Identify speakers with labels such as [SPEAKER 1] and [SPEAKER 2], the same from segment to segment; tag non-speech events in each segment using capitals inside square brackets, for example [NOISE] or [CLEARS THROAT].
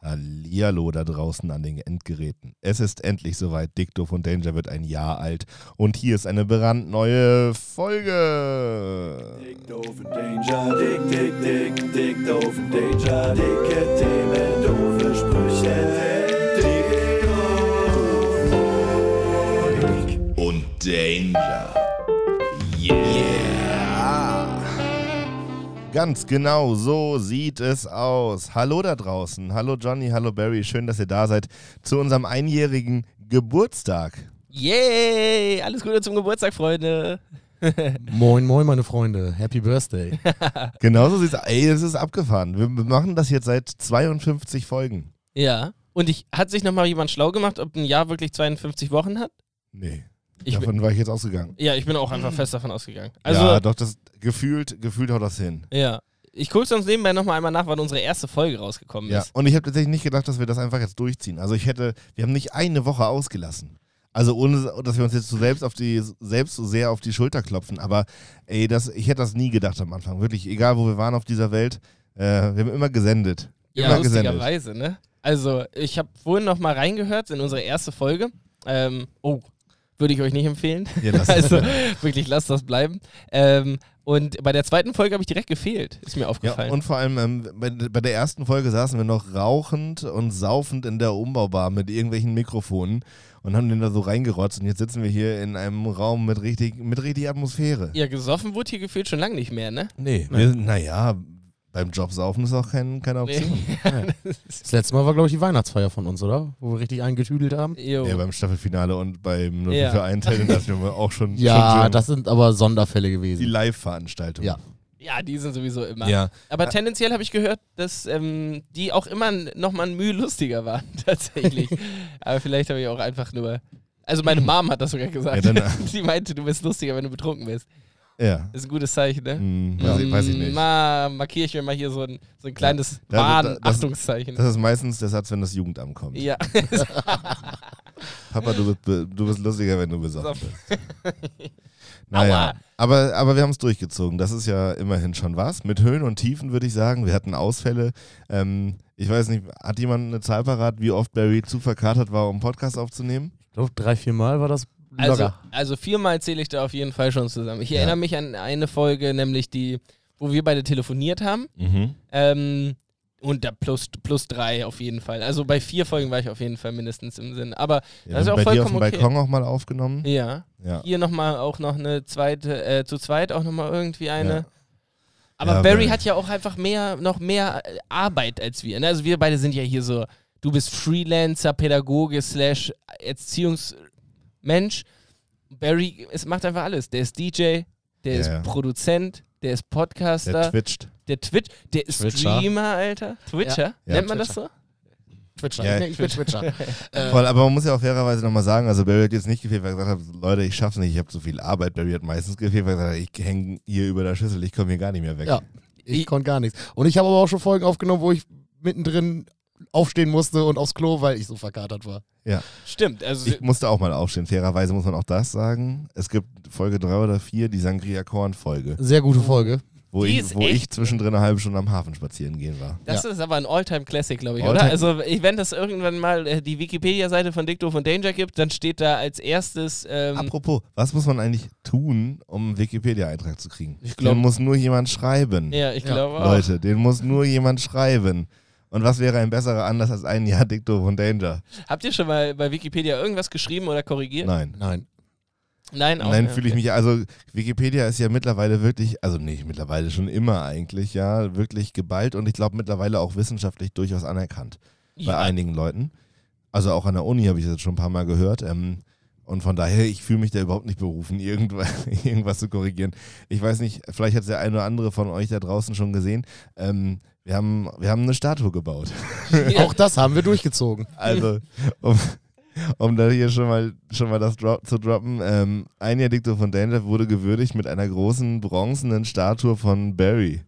[SPEAKER 1] Hallihallo da draußen an den Endgeräten. Es ist endlich soweit. Dicto von Danger wird ein Jahr alt. Und hier ist eine brandneue Folge.
[SPEAKER 2] Dick, doofen Danger, dick, dick, dick, dick, doofen Danger, dicke Themen, doofe Sprüche. Dick, doof, dick.
[SPEAKER 3] und Danger. Yeah.
[SPEAKER 1] Ganz genau, so sieht es aus. Hallo da draußen. Hallo Johnny, hallo Barry. Schön, dass ihr da seid zu unserem einjährigen Geburtstag.
[SPEAKER 4] Yay! Alles Gute zum Geburtstag, Freunde.
[SPEAKER 5] Moin, moin, meine Freunde. Happy Birthday.
[SPEAKER 1] Genauso Genau sieht's aus. Ey, es ist abgefahren. Wir machen das jetzt seit 52 Folgen.
[SPEAKER 4] Ja. Und ich, hat sich nochmal jemand schlau gemacht, ob ein Jahr wirklich 52 Wochen hat?
[SPEAKER 1] Nee,
[SPEAKER 4] Ich bin,
[SPEAKER 1] davon war ich jetzt ausgegangen.
[SPEAKER 4] ja, ich bin auch einfach fest davon ausgegangen. Also,
[SPEAKER 1] ja,
[SPEAKER 4] ja.
[SPEAKER 1] doch, das gefühlt, gefühlt haut das hin.
[SPEAKER 4] Ich gucke sonst nebenbei nochmal einmal nach, wann unsere erste Folge rausgekommen
[SPEAKER 1] Ja,
[SPEAKER 4] ist.
[SPEAKER 1] und ich habe tatsächlich nicht gedacht, dass wir das einfach jetzt durchziehen. Also ich hätte, wir haben nicht eine Woche ausgelassen. Also ohne, dass wir uns jetzt so selbst auf die, selbst so sehr auf die Schulter klopfen. Aber ey, das, ich hätte das nie gedacht am Anfang. Wirklich, egal wo wir waren auf dieser Welt, äh, wir haben immer gesendet. Immer gesendet.
[SPEAKER 4] lustigerweise, ne? Also, ich habe vorhin nochmal reingehört in unsere erste Folge. Ähm, oh, würde ich euch
[SPEAKER 1] [LAUGHS]
[SPEAKER 4] nicht empfehlen.
[SPEAKER 1] Ja,
[SPEAKER 4] [LAUGHS]
[SPEAKER 1] das-
[SPEAKER 4] also, wirklich, lasst das bleiben. Ähm, und bei der zweiten Folge habe ich direkt gefehlt. Ist mir
[SPEAKER 1] Ja,
[SPEAKER 4] aufgefallen.
[SPEAKER 1] und vor allem ähm, bei, bei der ersten Folge saßen wir noch rauchend und saufend in der Umbaubar mit irgendwelchen Mikrofonen und haben den da so reingerotzt und jetzt sitzen wir hier in einem Raum mit richtig, mit richtig Atmosphäre.
[SPEAKER 4] ja, gesoffen wurde hier gefühlt schon lange nicht mehr, ne?
[SPEAKER 1] Nee, wir, naja, beim Job saufen ist auch kein, keine Option.
[SPEAKER 5] Das letzte Mal war, glaube ich, die Weihnachtsfeier von uns, oder? Wo wir richtig eingetüdelt haben.
[SPEAKER 4] Jo.
[SPEAKER 1] Ja, beim Staffelfinale und beim Noten
[SPEAKER 4] Ja.
[SPEAKER 1] für Einteilen, das wir mal auch schon, schon
[SPEAKER 5] Ja,
[SPEAKER 1] so
[SPEAKER 5] das sind aber Sonderfälle
[SPEAKER 1] die
[SPEAKER 5] gewesen.
[SPEAKER 1] Live-Veranstaltung.
[SPEAKER 5] Ja.
[SPEAKER 4] Ja, die sind sowieso immer.
[SPEAKER 1] Ja.
[SPEAKER 4] Aber tendenziell habe ich gehört, dass ähm, die auch immer nochmal ein Mühe lustiger waren, [LAUGHS] tatsächlich. Aber vielleicht habe ich auch einfach nur. Also meine Mom hat das sogar gesagt. [LAUGHS]
[SPEAKER 1] Ja, dann- äh,
[SPEAKER 4] die meinte, du bist lustiger, wenn du betrunken bist.
[SPEAKER 1] ja.
[SPEAKER 4] Das ist ein gutes Zeichen, ne?
[SPEAKER 1] Hm, weiß, ich, weiß ich nicht.
[SPEAKER 4] Ma, markiere ich mir mal hier so ein, so ein kleines
[SPEAKER 1] Da- da-
[SPEAKER 4] Warn,
[SPEAKER 1] das-
[SPEAKER 4] Achtungszeichen.
[SPEAKER 1] Das ist meistens der Satz, wenn das Jugendamt kommt. [LAUGHS]
[SPEAKER 4] ja.
[SPEAKER 1] Papa, du bist, be- du bist lustiger, wenn du besoffen
[SPEAKER 4] Besoffen.
[SPEAKER 1] bist.
[SPEAKER 4] [LAUGHS]
[SPEAKER 1] Naja, aber, aber wir haben es durchgezogen. Das ist ja immerhin schon was. Mit Höhen und Tiefen würde ich sagen. Wir hatten Ausfälle. Ähm, ich weiß nicht, hat jemand eine Zahl parat, wie oft Barry zu verkatert war, um einen Podcast aufzunehmen?
[SPEAKER 5] Ich glaube, drei, vier Mal war das locker.
[SPEAKER 4] Also, also viermal zähle ich da auf jeden Fall schon zusammen. Ich erinnere mich an eine Folge, nämlich die, wo wir beide telefoniert haben.
[SPEAKER 1] Mhm.
[SPEAKER 4] Ähm, und da plus, plus drei auf jeden Fall. Also bei vier Folgen war ich auf jeden Fall mindestens im Sinn. Aber
[SPEAKER 1] Ja,
[SPEAKER 4] das ist
[SPEAKER 1] wir haben bei dir auf
[SPEAKER 4] auch vollkommen
[SPEAKER 1] dem
[SPEAKER 4] okay.
[SPEAKER 1] Balkon auch mal aufgenommen.
[SPEAKER 4] Ja.
[SPEAKER 1] Ja.
[SPEAKER 4] Hier nochmal auch noch eine zweite, äh, zu zweit auch nochmal irgendwie eine.
[SPEAKER 1] Ja.
[SPEAKER 4] Aber
[SPEAKER 1] Ja,
[SPEAKER 4] Barry
[SPEAKER 1] Barry.
[SPEAKER 4] hat ja auch einfach mehr, noch mehr äh, Arbeit als wir. Ne? Also wir beide sind ja hier so, du bist Freelancer, Pädagoge, slash Erziehungsmensch. Barry ist, macht einfach alles. Der ist DJ, der
[SPEAKER 1] Ja,
[SPEAKER 4] ist
[SPEAKER 1] ja.
[SPEAKER 4] Produzent, der ist Podcaster.
[SPEAKER 1] Der twitcht.
[SPEAKER 4] Der Twitch, der ist
[SPEAKER 5] Twitcher.
[SPEAKER 4] Streamer, Alter. Twitcher?
[SPEAKER 1] Ja,
[SPEAKER 4] Nennt man das so?
[SPEAKER 5] Twitcher.
[SPEAKER 1] Ja,
[SPEAKER 5] ich, bin- ich bin Twitcher.
[SPEAKER 4] äh,
[SPEAKER 1] Voll, aber man muss ja auch fairerweise nochmal sagen, also Barry hat jetzt nicht gefehlt, weil er gesagt hat, Leute, ich schaff's nicht, ich habe zu viel Arbeit. Barry hat meistens gefehlt, weil er gesagt hat, ich hänge hier über der Schüssel, ich komme hier gar nicht mehr weg.
[SPEAKER 5] ja, ich konnte gar nichts. Und ich habe aber auch schon Folgen aufgenommen, wo ich mittendrin aufstehen musste und aufs Klo, weil ich so verkatert war.
[SPEAKER 1] Ja.
[SPEAKER 4] Stimmt, also
[SPEAKER 1] Ich musste auch mal aufstehen. Fairerweise muss man auch das sagen. Es gibt Folge 3 oder 4, die Sangria Korn-Folge,
[SPEAKER 5] Sehr gute Folge.
[SPEAKER 1] wo,
[SPEAKER 4] Die
[SPEAKER 1] ich,
[SPEAKER 4] ist
[SPEAKER 1] wo
[SPEAKER 4] echt-
[SPEAKER 1] ich zwischendrin eine halbe Stunde am Hafen spazieren gehen war.
[SPEAKER 4] das ist aber ein All-Time-Classic, glaube ich, oder?
[SPEAKER 1] All-Time-
[SPEAKER 4] Also, ich- wenn das irgendwann mal äh, die Wikipedia-Seite von Dicto von Danger gibt, dann steht da als erstes. Ähm,
[SPEAKER 1] Apropos, was muss man eigentlich tun, um einen Wikipedia-Eintrag zu kriegen?
[SPEAKER 4] Ich glaub-
[SPEAKER 1] Den muss nur jemand schreiben.
[SPEAKER 4] ja, ich
[SPEAKER 5] Ja,
[SPEAKER 4] glaube auch.
[SPEAKER 1] Leute, den muss nur jemand schreiben. Und was wäre ein besserer Anlass als ein Jahr Dicto von Danger?
[SPEAKER 4] oh. Habt ihr schon mal bei Wikipedia irgendwas geschrieben oder korrigiert?
[SPEAKER 1] Nein.
[SPEAKER 5] Nein.
[SPEAKER 4] Nein, auch
[SPEAKER 1] Nein,
[SPEAKER 4] nicht.
[SPEAKER 1] fühle ich mich, also Wikipedia ist ja mittlerweile wirklich, also nicht mittlerweile, schon immer eigentlich, ja, wirklich geballt und ich glaube mittlerweile auch wissenschaftlich durchaus anerkannt bei
[SPEAKER 4] Ja.
[SPEAKER 1] einigen Leuten. Also auch an der Uni habe ich das jetzt schon ein paar Mal gehört. Ähm, und von daher, ich fühle mich da überhaupt nicht berufen, [LAUGHS] irgendwas, irgendwas zu korrigieren. Ich weiß nicht, vielleicht hat es der eine oder andere von euch da draußen schon gesehen. Ähm, wir, haben, wir haben eine Statue
[SPEAKER 4] [LAUGHS]
[SPEAKER 1] gebaut.
[SPEAKER 4] Ja.
[SPEAKER 5] Auch das haben wir durchgezogen.
[SPEAKER 1] Also, um, um da hier schon mal, schon mal das drop, zu droppen, ähm, ein Jahr Diktor von Danger wurde gewürdigt mit einer großen bronzenen Statue von Barry.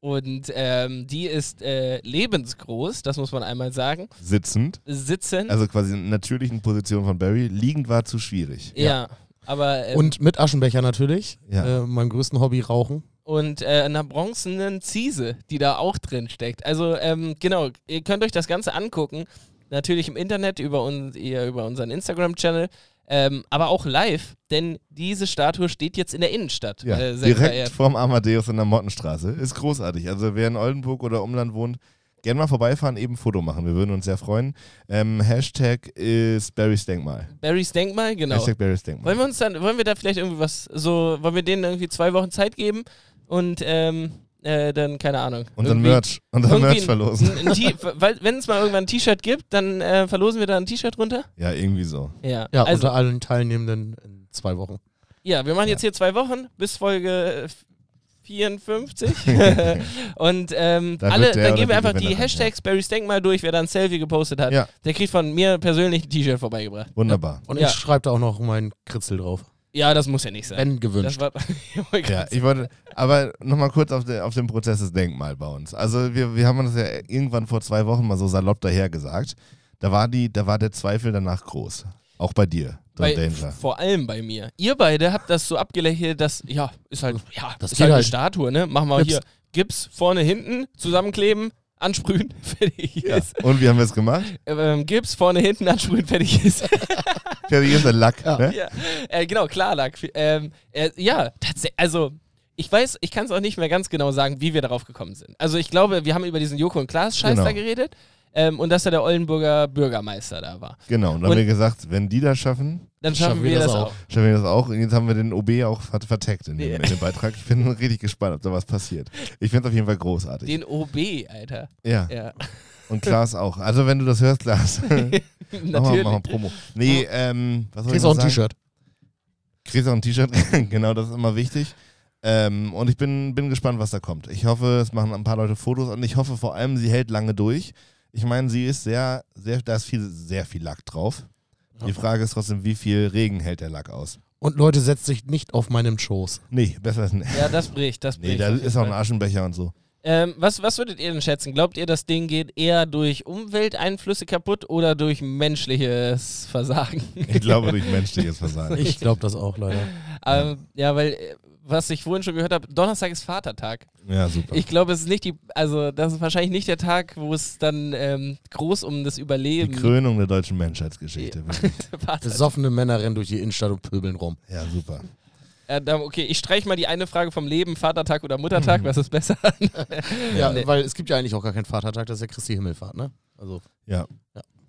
[SPEAKER 4] Und ähm, die ist äh, lebensgroß, das muss man einmal sagen.
[SPEAKER 1] Sitzend,
[SPEAKER 4] Sitzen.
[SPEAKER 1] also quasi in natürlichen Position von Barry. Liegend war zu schwierig.
[SPEAKER 4] ja. Aber ähm,
[SPEAKER 5] Und mit Aschenbecher natürlich.
[SPEAKER 1] Ja.
[SPEAKER 5] Äh, meinem größten Hobby rauchen.
[SPEAKER 4] und äh, einer bronzenen Ziese, die da auch drin steckt. Also ähm, genau, ihr könnt euch das Ganze angucken. Natürlich im Internet über, uns, eher über unseren Instagram-Channel, ähm, aber auch live, denn diese Statue steht jetzt in der Innenstadt.
[SPEAKER 1] Ja,
[SPEAKER 4] äh, sehr
[SPEAKER 1] direkt
[SPEAKER 4] verehrt.
[SPEAKER 1] vorm Amadeus in der Mottenstraße. Ist großartig. Also wer in Oldenburg oder Umland wohnt, gerne mal vorbeifahren, eben ein Foto machen. Wir würden uns sehr freuen. Ähm, Hashtag ist Barrys Denkmal.
[SPEAKER 4] Barrys Denkmal, genau.
[SPEAKER 1] Hashtag Barrys Denkmal.
[SPEAKER 4] Wollen wir uns dann, wollen wir da vielleicht irgendwie was, so, wollen wir denen irgendwie zwei Wochen Zeit geben und ähm, äh, dann, keine Ahnung.
[SPEAKER 1] Und dann
[SPEAKER 4] irgendwie-
[SPEAKER 1] Merch. Und dann
[SPEAKER 4] irgendwie
[SPEAKER 1] Merch verlosen.
[SPEAKER 4] Ein, ein, ein T- [LAUGHS] weil, wenn es mal irgendwann ein T-Shirt gibt, dann äh, verlosen wir da ein T-Shirt runter.
[SPEAKER 1] Ja, irgendwie so.
[SPEAKER 4] Ja,
[SPEAKER 5] Ja,
[SPEAKER 4] also,
[SPEAKER 5] unter allen Teilnehmenden in zwei Wochen.
[SPEAKER 4] ja wir machen jetzt hier zwei Wochen bis Folge äh,
[SPEAKER 1] [LAUGHS]
[SPEAKER 4] 54. und ähm,
[SPEAKER 1] Da wird
[SPEAKER 4] alle,
[SPEAKER 1] der
[SPEAKER 4] dann
[SPEAKER 1] oder
[SPEAKER 4] geben
[SPEAKER 1] die
[SPEAKER 4] wir einfach die
[SPEAKER 1] Gewinnerin, ja.
[SPEAKER 4] Hashtags Barry's Denkmal durch, wer da ein Selfie gepostet hat.
[SPEAKER 1] Ja.
[SPEAKER 4] Der kriegt von mir persönlich ein T-Shirt vorbeigebracht.
[SPEAKER 1] Wunderbar.
[SPEAKER 5] Und
[SPEAKER 4] Ja.
[SPEAKER 5] ich schreibe da auch noch meinen Kritzel drauf.
[SPEAKER 4] Ja, das muss ja nicht sein.
[SPEAKER 5] Wenn gewünscht.
[SPEAKER 4] Das war, [LAUGHS] Ich wollte
[SPEAKER 1] Ja,
[SPEAKER 4] grad
[SPEAKER 1] ich wollte, aber nochmal kurz auf, der, auf den Prozess des Denkmal bei uns. Also wir, wir haben uns ja irgendwann vor zwei Wochen mal so salopp daher gesagt. Da war, die, da war der Zweifel danach groß. Auch bei dir, Don
[SPEAKER 4] bei, [LAUGHS]
[SPEAKER 1] Danger.
[SPEAKER 4] Vor allem bei mir. Ihr beide habt das so abgelächelt, dass, ja, ist halt, ja,
[SPEAKER 5] Das
[SPEAKER 4] ist
[SPEAKER 5] geht
[SPEAKER 4] halt eine
[SPEAKER 5] halt.
[SPEAKER 4] Statue, ne? Machen wir
[SPEAKER 5] Gips.
[SPEAKER 4] hier Gips vorne, hinten, zusammenkleben, ansprühen, [LAUGHS] fertig
[SPEAKER 1] Ja.
[SPEAKER 4] ist.
[SPEAKER 1] Und wie haben wir es gemacht?
[SPEAKER 4] Ähm, Gips vorne, hinten, ansprühen, fertig ist.
[SPEAKER 1] Fertig ist der Lack.
[SPEAKER 5] Ja.
[SPEAKER 1] Ne?
[SPEAKER 4] ja. Äh, genau, Klarlack. Ähm, äh, ja, tatsächlich, also... Ich weiß, ich kann es auch nicht mehr ganz genau sagen, wie wir darauf gekommen sind. Also ich glaube, wir haben über diesen Joko und Klaas-Scheiß
[SPEAKER 1] Genau.
[SPEAKER 4] da geredet ähm, und dass da der Oldenburger Bürgermeister da war.
[SPEAKER 1] Genau, und dann
[SPEAKER 4] Und-
[SPEAKER 1] haben wir gesagt, wenn die das schaffen,
[SPEAKER 4] Dann schaffen wir, das auch.
[SPEAKER 1] schaffen wir das auch. Und jetzt haben wir den OB auch ver- vertaggt in, dem-
[SPEAKER 4] Ja.
[SPEAKER 1] in dem Beitrag. Ich bin richtig gespannt, ob da was passiert. Ich finde es auf jeden Fall großartig.
[SPEAKER 4] Den OB, Alter.
[SPEAKER 1] ja.
[SPEAKER 4] Ja,
[SPEAKER 1] und Klaas auch. Also wenn du das hörst,
[SPEAKER 5] [LAUGHS]
[SPEAKER 1] Klaas, [LAUGHS]
[SPEAKER 4] [LAUGHS]
[SPEAKER 1] mach mal,
[SPEAKER 4] natürlich.
[SPEAKER 1] mach mal Promo. Nee, ähm, was soll
[SPEAKER 5] Kriegst
[SPEAKER 1] ich
[SPEAKER 5] auch
[SPEAKER 1] noch sagen?
[SPEAKER 5] ein T-Shirt.
[SPEAKER 1] Kriegst auch ein T-Shirt, [LAUGHS] genau, das ist immer wichtig. Ähm, und ich bin, bin gespannt, was da kommt. Ich hoffe, es machen ein paar Leute Fotos und ich hoffe vor allem, sie hält lange durch. Ich meine, sie ist sehr, sehr, da ist viel, sehr viel Lack drauf. Die Frage ist trotzdem, wie viel Regen hält der Lack aus?
[SPEAKER 5] Und Leute, setzt sich nicht auf meinem Schoß.
[SPEAKER 1] [LAUGHS] Nee, besser ist nicht.
[SPEAKER 4] Ja, das bricht, das bricht.
[SPEAKER 1] Nee, da
[SPEAKER 4] auf jeden
[SPEAKER 1] ist auch ein
[SPEAKER 4] Fall.
[SPEAKER 1] Aschenbecher und so.
[SPEAKER 4] ähm, was, was würdet ihr denn schätzen? Glaubt ihr, das Ding geht eher durch Umwelteinflüsse kaputt oder durch menschliches Versagen? [LAUGHS]
[SPEAKER 1] Ich glaube,
[SPEAKER 5] [LAUGHS]
[SPEAKER 1] durch menschliches Versagen.
[SPEAKER 5] Ich glaube das auch, leider.
[SPEAKER 4] ähm, ja, weil, äh, was ich vorhin schon gehört habe, Donnerstag ist Vatertag.
[SPEAKER 1] Ja, super.
[SPEAKER 4] Ich glaube, es ist nicht die, also das ist wahrscheinlich nicht der Tag, wo es dann ähm, groß um das
[SPEAKER 1] Die
[SPEAKER 4] Überleben [LAUGHS]
[SPEAKER 1] Krönung der deutschen Menschheitsgeschichte. wirklich.
[SPEAKER 4] Vater-
[SPEAKER 5] Besoffene Männer rennen durch die Innenstadt und pöbeln rum.
[SPEAKER 1] Ja, super.
[SPEAKER 4] äh, da- Okay, ich streiche mal die eine Frage vom Leben, Vatertag oder Muttertag,
[SPEAKER 1] Mhm.
[SPEAKER 4] was ist besser?
[SPEAKER 5] Ja,
[SPEAKER 4] Nee.
[SPEAKER 5] weil es gibt ja eigentlich auch gar keinen Vatertag, das ist ja Christi Himmelfahrt, ne? Also,
[SPEAKER 1] Ja.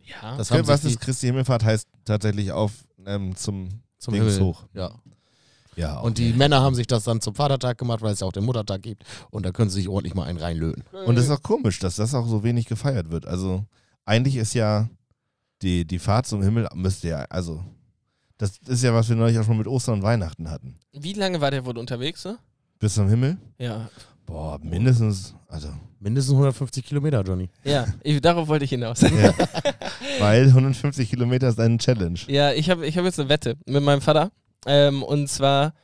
[SPEAKER 4] ja,
[SPEAKER 5] das haben
[SPEAKER 1] Was
[SPEAKER 5] sich
[SPEAKER 1] ist
[SPEAKER 5] die
[SPEAKER 1] Christi Himmelfahrt heißt tatsächlich auf ähm, zum,
[SPEAKER 5] zum
[SPEAKER 1] Dings
[SPEAKER 5] Himmel.
[SPEAKER 1] hoch.
[SPEAKER 5] Ja.
[SPEAKER 1] Ja,
[SPEAKER 5] Und die Männer haben sich das dann zum Vatertag gemacht, weil es ja auch den Muttertag gibt. Und da können sie sich ordentlich mal einen reinlöten.
[SPEAKER 1] Und
[SPEAKER 4] Mhm.
[SPEAKER 1] es ist auch komisch, dass das auch so wenig gefeiert wird. Also eigentlich ist ja die, die Fahrt zum Himmel müsste ja, also das ist ja, was wir neulich auch schon mit Ostern und Weihnachten hatten.
[SPEAKER 4] Äh, Wie lange war der wohl unterwegs? So?
[SPEAKER 1] Bis zum Himmel?
[SPEAKER 4] Ja,
[SPEAKER 1] Boah, mindestens, also,
[SPEAKER 5] Mindestens 150 Kilometer, Johnny.
[SPEAKER 4] ja, ich, darauf wollte
[SPEAKER 1] [LAUGHS]
[SPEAKER 4] ich hinaus.
[SPEAKER 1] ja. weil 150 Kilometer ist eine Challenge.
[SPEAKER 4] Ja, ich habe ich hab jetzt eine Wette mit meinem Vater. Ähm, und zwar,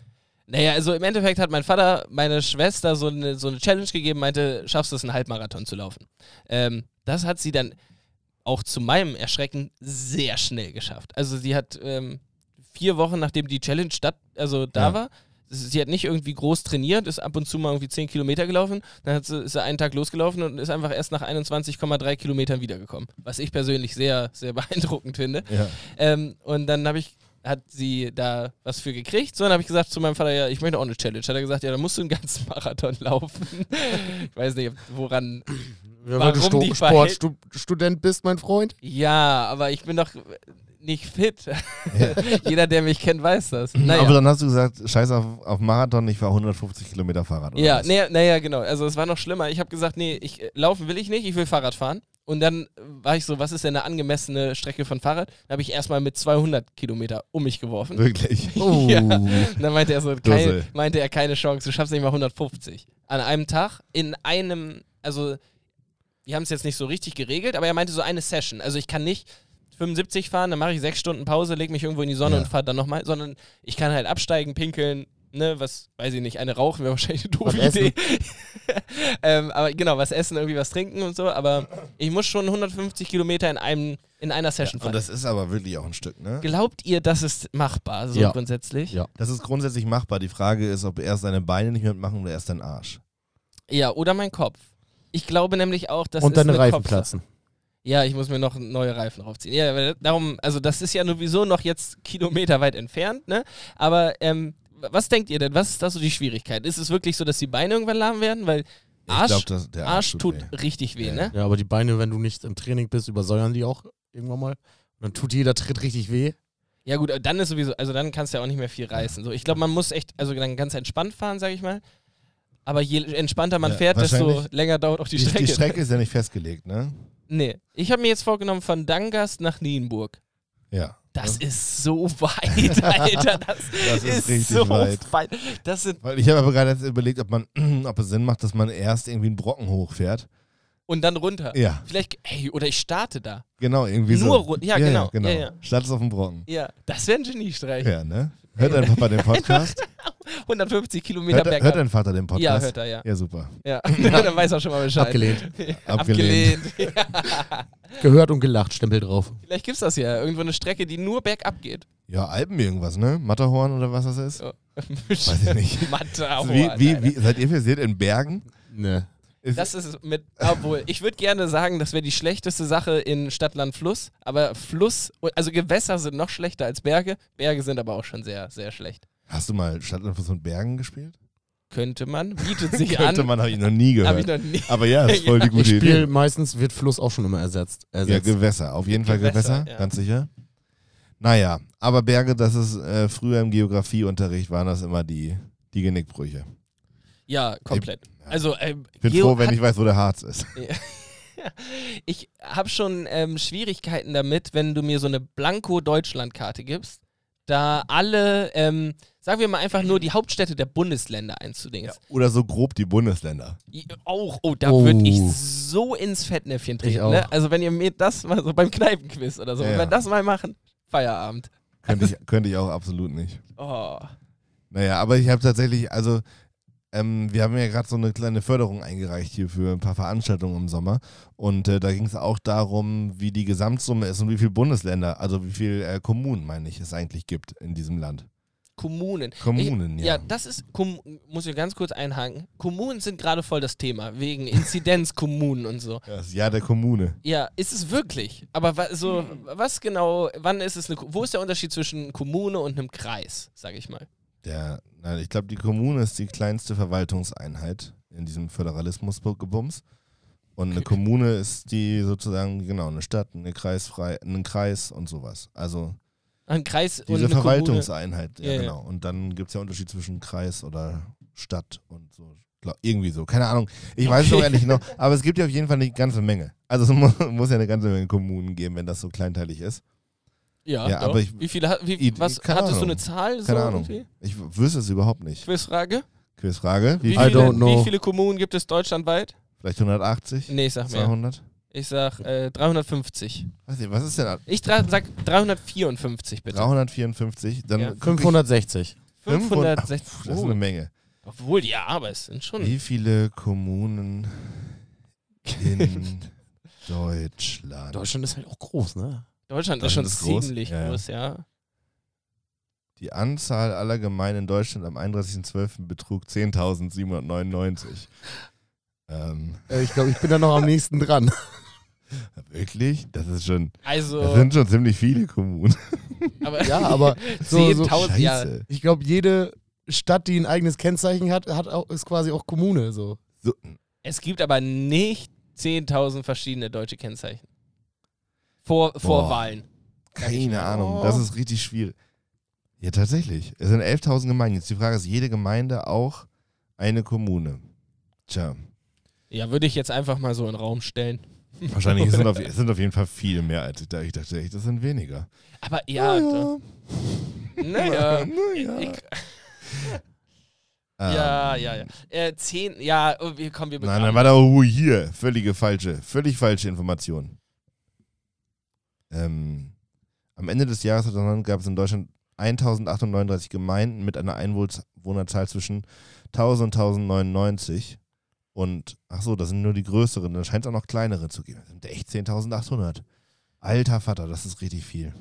[SPEAKER 4] naja, also im Endeffekt hat mein Vater meine Schwester so eine, so eine Challenge gegeben, meinte, schaffst du es, einen Halbmarathon zu laufen. Ähm, das hat sie dann auch zu meinem Erschrecken sehr schnell geschafft. Also sie hat ähm, vier Wochen, nachdem die Challenge statt, also da
[SPEAKER 1] Ja.
[SPEAKER 4] war, sie hat nicht irgendwie groß trainiert, ist ab und zu mal irgendwie zehn Kilometer gelaufen, dann hat sie, ist sie einen Tag losgelaufen und ist einfach erst nach 21,3 Kilometern wiedergekommen. Was ich persönlich sehr, sehr beeindruckend finde.
[SPEAKER 1] Ja.
[SPEAKER 4] Ähm, und dann habe ich, hat sie da was für gekriegt. So, dann habe ich gesagt zu meinem Vater, ja, ich möchte auch eine Challenge. Hat er gesagt, ja, dann musst du einen ganzen [LAUGHS] Marathon laufen. ich weiß nicht, ob- woran.
[SPEAKER 5] weil du
[SPEAKER 4] Warum die
[SPEAKER 5] Sto
[SPEAKER 4] Verhält-
[SPEAKER 5] Sportstudent bist, mein Freund.
[SPEAKER 4] Ja, aber ich bin doch nicht fit. [LAUGHS] Jeder, der mich kennt, weiß das. Naja.
[SPEAKER 1] Aber dann hast du gesagt, scheiß auf, auf Marathon, ich fahr 150 Kilometer Fahrrad. oder
[SPEAKER 4] ja,
[SPEAKER 1] was?
[SPEAKER 4] naja, naja, genau. Also es war noch schlimmer. Ich habe gesagt, nee, ich, äh, laufen will ich nicht, ich will Fahrrad fahren. Und dann äh, war ich so, was ist denn eine angemessene Strecke von Fahrrad? Dann habe ich erstmal mit 200 Kilometer um mich geworfen.
[SPEAKER 1] Wirklich.
[SPEAKER 4] [LAUGHS]
[SPEAKER 5] Oh.
[SPEAKER 4] Ja. Und dann meinte er so, keine,
[SPEAKER 1] Dussel.
[SPEAKER 4] meinte er keine Chance, du schaffst nicht mal 150. An einem Tag, in einem, also wir haben es jetzt nicht so richtig geregelt, aber er meinte so eine Session. Also ich kann nicht 75 fahren, dann mache ich sechs Stunden Pause, lege mich irgendwo in die Sonne
[SPEAKER 1] Ja.
[SPEAKER 4] und fahre dann nochmal, sondern ich kann halt absteigen, pinkeln, ne, was, weiß ich nicht, eine rauchen wäre [LAUGHS] wahrscheinlich eine doofe
[SPEAKER 5] Was
[SPEAKER 4] Idee. [LAUGHS] ähm, aber genau, was essen, irgendwie was trinken und so, aber ich muss schon 150 Kilometer in einem, in einer Session
[SPEAKER 1] Und
[SPEAKER 4] fahren.
[SPEAKER 1] das ist aber wirklich auch ein Stück, ne?
[SPEAKER 4] Glaubt ihr, das ist machbar, so
[SPEAKER 5] Ja.
[SPEAKER 4] grundsätzlich?
[SPEAKER 5] Ja.
[SPEAKER 1] Das ist grundsätzlich machbar. Die Frage ist, ob erst deine Beine nicht mitmachen oder erst dein Arsch.
[SPEAKER 4] Ja, oder mein Kopf. Ich glaube nämlich auch, dass
[SPEAKER 5] und deine
[SPEAKER 4] eine
[SPEAKER 5] Reifen
[SPEAKER 4] Kopfsache.
[SPEAKER 5] platzen.
[SPEAKER 4] Ja, ich muss mir noch neue Reifen draufziehen. Ja, aber darum, also das ist ja sowieso noch jetzt kilometerweit entfernt, ne? Aber ähm, was denkt ihr denn? Was ist da so die Schwierigkeit? Ist es wirklich so, dass die Beine irgendwann lahm werden? Weil
[SPEAKER 1] Ich
[SPEAKER 4] Arsch,
[SPEAKER 1] glaub, das- der
[SPEAKER 4] Arsch tut
[SPEAKER 1] weh.
[SPEAKER 4] richtig weh,
[SPEAKER 1] Ja.
[SPEAKER 4] ne?
[SPEAKER 5] Ja, aber die Beine, wenn du nicht im Training bist, übersäuern die auch irgendwann mal. Und dann tut jeder Tritt richtig weh.
[SPEAKER 4] Ja gut, aber dann ist sowieso, also dann kannst du ja auch nicht mehr viel reißen. So, ich glaube, man muss echt, also dann ganz entspannt fahren, sag ich mal. Aber je entspannter man
[SPEAKER 1] Ja,
[SPEAKER 4] fährt, desto
[SPEAKER 1] wahrscheinlich-
[SPEAKER 4] länger dauert auch die,
[SPEAKER 1] Die,
[SPEAKER 4] Strecke.
[SPEAKER 1] die Strecke ist ja nicht festgelegt, ne?
[SPEAKER 4] Nee, ich habe mir jetzt vorgenommen, von Dangast nach Nienburg.
[SPEAKER 1] Ja.
[SPEAKER 4] Das ist so
[SPEAKER 1] [LAUGHS]
[SPEAKER 4] weit, Alter. Das,
[SPEAKER 1] Das ist
[SPEAKER 4] ist,
[SPEAKER 1] richtig
[SPEAKER 4] so
[SPEAKER 1] weit.
[SPEAKER 4] weit. Das sind,
[SPEAKER 1] Weil ich habe aber gerade jetzt überlegt, ob, man, [CLEARS THROAT] ob es Sinn macht, dass man erst irgendwie einen Brocken hochfährt.
[SPEAKER 4] und dann runter.
[SPEAKER 1] Ja,
[SPEAKER 4] Vielleicht, hey, oder ich starte da.
[SPEAKER 1] genau, irgendwie so.
[SPEAKER 4] Nur rund- ja, genau, ja, ja.
[SPEAKER 1] Statt es auf den Brocken.
[SPEAKER 4] Ja, das wäre ein Geniestreich. [LAUGHS]
[SPEAKER 1] Ja, ne? Hört dein Papa den Podcast?
[SPEAKER 4] 150 Kilometer
[SPEAKER 1] hört, hört
[SPEAKER 4] bergab.
[SPEAKER 1] dein Vater den
[SPEAKER 4] Ja,
[SPEAKER 1] Podcast?
[SPEAKER 4] hört er, ja.
[SPEAKER 1] Ja, super.
[SPEAKER 4] ja. [LAUGHS] dann weiß er schon mal Bescheid. [LAUGHS]
[SPEAKER 5] Abgelehnt.
[SPEAKER 1] Abgelehnt.
[SPEAKER 4] Abgelehnt. [LAUGHS] Ja.
[SPEAKER 5] Gehört und gelacht, Stempel drauf.
[SPEAKER 4] Vielleicht gibt's das ja. Irgendwo eine Strecke, die nur bergab geht.
[SPEAKER 1] Ja, Alpen irgendwas, ne? Matterhorn oder was das ist? Weiß ich
[SPEAKER 4] [LAUGHS]
[SPEAKER 1] nicht.
[SPEAKER 4] Matterhorn,
[SPEAKER 1] wie, wie,
[SPEAKER 4] Alter.
[SPEAKER 1] wie, seid ihr versiert in Bergen?
[SPEAKER 5] Ne.
[SPEAKER 1] Ist-
[SPEAKER 4] Das ist mit, obwohl, ich würde gerne sagen, das wäre die schlechteste Sache in Stadt, Land, Fluss. Aber Fluss, also Gewässer sind noch schlechter als Berge. Berge sind aber auch schon sehr, sehr schlecht.
[SPEAKER 1] Hast du mal Stadtlandfluss und Bergen gespielt?
[SPEAKER 4] Könnte man, bietet
[SPEAKER 1] [LAUGHS]
[SPEAKER 4] sich
[SPEAKER 1] Könnte
[SPEAKER 4] an.
[SPEAKER 1] man, habe ich noch nie
[SPEAKER 4] Habe
[SPEAKER 1] gehört.
[SPEAKER 4] ich noch nie.
[SPEAKER 1] Aber ja,
[SPEAKER 4] [LAUGHS]
[SPEAKER 1] ist voll die
[SPEAKER 5] Ich
[SPEAKER 1] gute
[SPEAKER 5] spiele
[SPEAKER 1] Idee.
[SPEAKER 5] meistens, wird Fluss auch schon immer ersetzt.
[SPEAKER 1] Ja,
[SPEAKER 5] ersetzt.
[SPEAKER 1] Gewässer, auf jeden Fall Gewässer,
[SPEAKER 4] Gewässer, ja.
[SPEAKER 1] ganz sicher. Naja, aber Berge, das ist äh, früher im Geografieunterricht, waren das immer die, die Genickbrüche.
[SPEAKER 4] Ja, komplett. Also, ähm,
[SPEAKER 1] Ich bin
[SPEAKER 4] Geo
[SPEAKER 1] froh, wenn
[SPEAKER 4] hat-
[SPEAKER 1] ich weiß, wo der Harz ist.
[SPEAKER 4] ich habe schon ähm, Schwierigkeiten damit, wenn du mir so eine Blanko-Deutschland-Karte gibst, da alle, ähm, sagen wir mal einfach nur die Hauptstädte der Bundesländer einzudingen.
[SPEAKER 1] [LAUGHS] Oder so grob die Bundesländer.
[SPEAKER 4] I- Auch, oh, da
[SPEAKER 5] Oh.
[SPEAKER 4] würde ich so ins Fettnäpfchen treten.
[SPEAKER 5] auch.
[SPEAKER 4] Ne? Also wenn ihr mir das mal so beim Kneipenquiz oder so,
[SPEAKER 1] Ja,
[SPEAKER 4] wenn
[SPEAKER 1] ja.
[SPEAKER 4] wir das mal machen, Feierabend.
[SPEAKER 1] Könnte ich, könnte ich auch absolut nicht.
[SPEAKER 4] Oh.
[SPEAKER 1] Naja, aber ich habe tatsächlich, also ähm, wir haben ja gerade so eine kleine Förderung eingereicht hier für ein paar Veranstaltungen im Sommer. Und äh, da ging es auch darum, wie die Gesamtsumme ist und wie viele Bundesländer, also wie viele äh, Kommunen, meine ich, es eigentlich gibt in diesem Land.
[SPEAKER 4] Kommunen.
[SPEAKER 1] Kommunen,
[SPEAKER 4] ich,
[SPEAKER 1] ja.
[SPEAKER 4] Ja, das ist, Kom muss ich ganz kurz einhaken. Kommunen sind gerade voll das Thema, wegen Inzidenzkommunen und so.
[SPEAKER 1] Das Jahr der Kommune.
[SPEAKER 4] Ja, ist es wirklich. Aber wa so,
[SPEAKER 1] Hm.
[SPEAKER 4] was genau, wann ist es eine, Ko- wo ist der Unterschied zwischen Kommune und einem Kreis, sage ich mal?
[SPEAKER 1] Der, nein, ich glaube, die Kommune ist die kleinste Verwaltungseinheit in diesem Föderalismusgebums. Und eine Kommune ist die sozusagen, genau, eine Stadt, eine Kreisfrei, einen Kreis und sowas. Also
[SPEAKER 4] Ein Kreis
[SPEAKER 1] diese
[SPEAKER 4] und eine Kommune.
[SPEAKER 1] Verwaltungseinheit, ja,
[SPEAKER 4] Ja, ja.
[SPEAKER 1] genau. Und dann gibt es ja Unterschied zwischen Kreis oder Stadt und so. Glaub, irgendwie so, keine Ahnung. Ich weiß es
[SPEAKER 4] Okay.
[SPEAKER 1] noch ehrlich noch, aber es gibt ja auf jeden Fall eine ganze Menge. Also es [LAUGHS] muss, muss ja eine ganze Menge Kommunen geben, wenn das so kleinteilig ist.
[SPEAKER 4] Ja,
[SPEAKER 1] Ja,
[SPEAKER 4] doch.
[SPEAKER 1] aber ich-
[SPEAKER 4] wie viele, hat- wie,
[SPEAKER 1] Idee-
[SPEAKER 4] was,
[SPEAKER 1] keine
[SPEAKER 4] hattest du
[SPEAKER 1] Ahnung.
[SPEAKER 4] eine Zahl? so
[SPEAKER 1] Keine Ahnung.
[SPEAKER 4] irgendwie?
[SPEAKER 1] Ich w- wüsste es überhaupt nicht.
[SPEAKER 4] Quizfrage.
[SPEAKER 1] Quizfrage, wie
[SPEAKER 4] Wie
[SPEAKER 1] viel?
[SPEAKER 5] I don't
[SPEAKER 4] viele,
[SPEAKER 5] know.
[SPEAKER 4] wie viele Kommunen gibt es deutschlandweit?
[SPEAKER 1] Vielleicht 180?
[SPEAKER 4] Nee, ich sag mehr.
[SPEAKER 1] 200?
[SPEAKER 4] Ich sag äh, 350.
[SPEAKER 1] Weiß nicht, was ist denn?
[SPEAKER 4] Ich dra- sag 354 bitte.
[SPEAKER 1] 354? Dann
[SPEAKER 4] Ja. Oh.
[SPEAKER 1] guck ich-
[SPEAKER 5] 560.
[SPEAKER 4] 560.
[SPEAKER 1] Puh, das ist eine Menge.
[SPEAKER 4] Obwohl, ja, aber es sind schon.
[SPEAKER 1] Wie viele Kommunen
[SPEAKER 4] [LAUGHS]
[SPEAKER 1] in Deutschland?
[SPEAKER 5] Deutschland ist halt auch groß, ne?
[SPEAKER 4] Deutschland ist schon
[SPEAKER 1] Deutschland ist groß.
[SPEAKER 4] ziemlich
[SPEAKER 1] Ja, ja.
[SPEAKER 4] groß, ja.
[SPEAKER 1] Die Anzahl aller Gemeinden in Deutschland am 31.12. betrug 10.799. ähm,
[SPEAKER 5] Äh, Ich glaube, ich bin da noch am nächsten dran.
[SPEAKER 1] wirklich? Das ist schon. Das
[SPEAKER 4] Also,
[SPEAKER 1] sind schon ziemlich viele Kommunen.
[SPEAKER 4] aber
[SPEAKER 5] Ja, aber so, so,
[SPEAKER 4] 10.000 ja.
[SPEAKER 1] Scheiße.
[SPEAKER 5] ich glaube, jede Stadt, die ein eigenes Kennzeichen hat, hat auch, ist quasi auch Kommune. So.
[SPEAKER 1] So,
[SPEAKER 4] [LAUGHS] Es gibt aber nicht 10.000 verschiedene deutsche Kennzeichen. Vor, vor
[SPEAKER 1] Boah.
[SPEAKER 4] Wahlen.
[SPEAKER 1] keine
[SPEAKER 4] Oh.
[SPEAKER 1] Ahnung. Das ist richtig schwierig. Ja, tatsächlich. Es sind 11.000 Gemeinden. Jetzt die Frage ist, jede Gemeinde auch eine Kommune?
[SPEAKER 4] [LAUGHS]
[SPEAKER 1] Tja,
[SPEAKER 4] Ja, würde ich jetzt einfach mal so in den Raum stellen.
[SPEAKER 1] wahrscheinlich es sind auf, es sind auf jeden Fall viele mehr als ich dachte. Ich dachte echt, das sind weniger.
[SPEAKER 4] Aber ja,
[SPEAKER 1] Naja.
[SPEAKER 4] da- naja.
[SPEAKER 1] Naja.
[SPEAKER 4] Ich,
[SPEAKER 1] Ähm,
[SPEAKER 4] Ja, ja, ja. Äh, zehn, ja, oh, wir kommen wir
[SPEAKER 1] Nein, dann
[SPEAKER 4] begraben.
[SPEAKER 1] war da oh, hier. Völlige falsche, völlig falsche Information. Ähm, am Ende des Jahres 2009 gab es in Deutschland 1839 Gemeinden mit einer Einwohnerzahl zwischen 1000 und 1099. Und ach so, das sind nur die größeren. Dann scheint es auch noch kleinere zu geben. Das sind echt 10.800. Alter Vater, das ist richtig viel.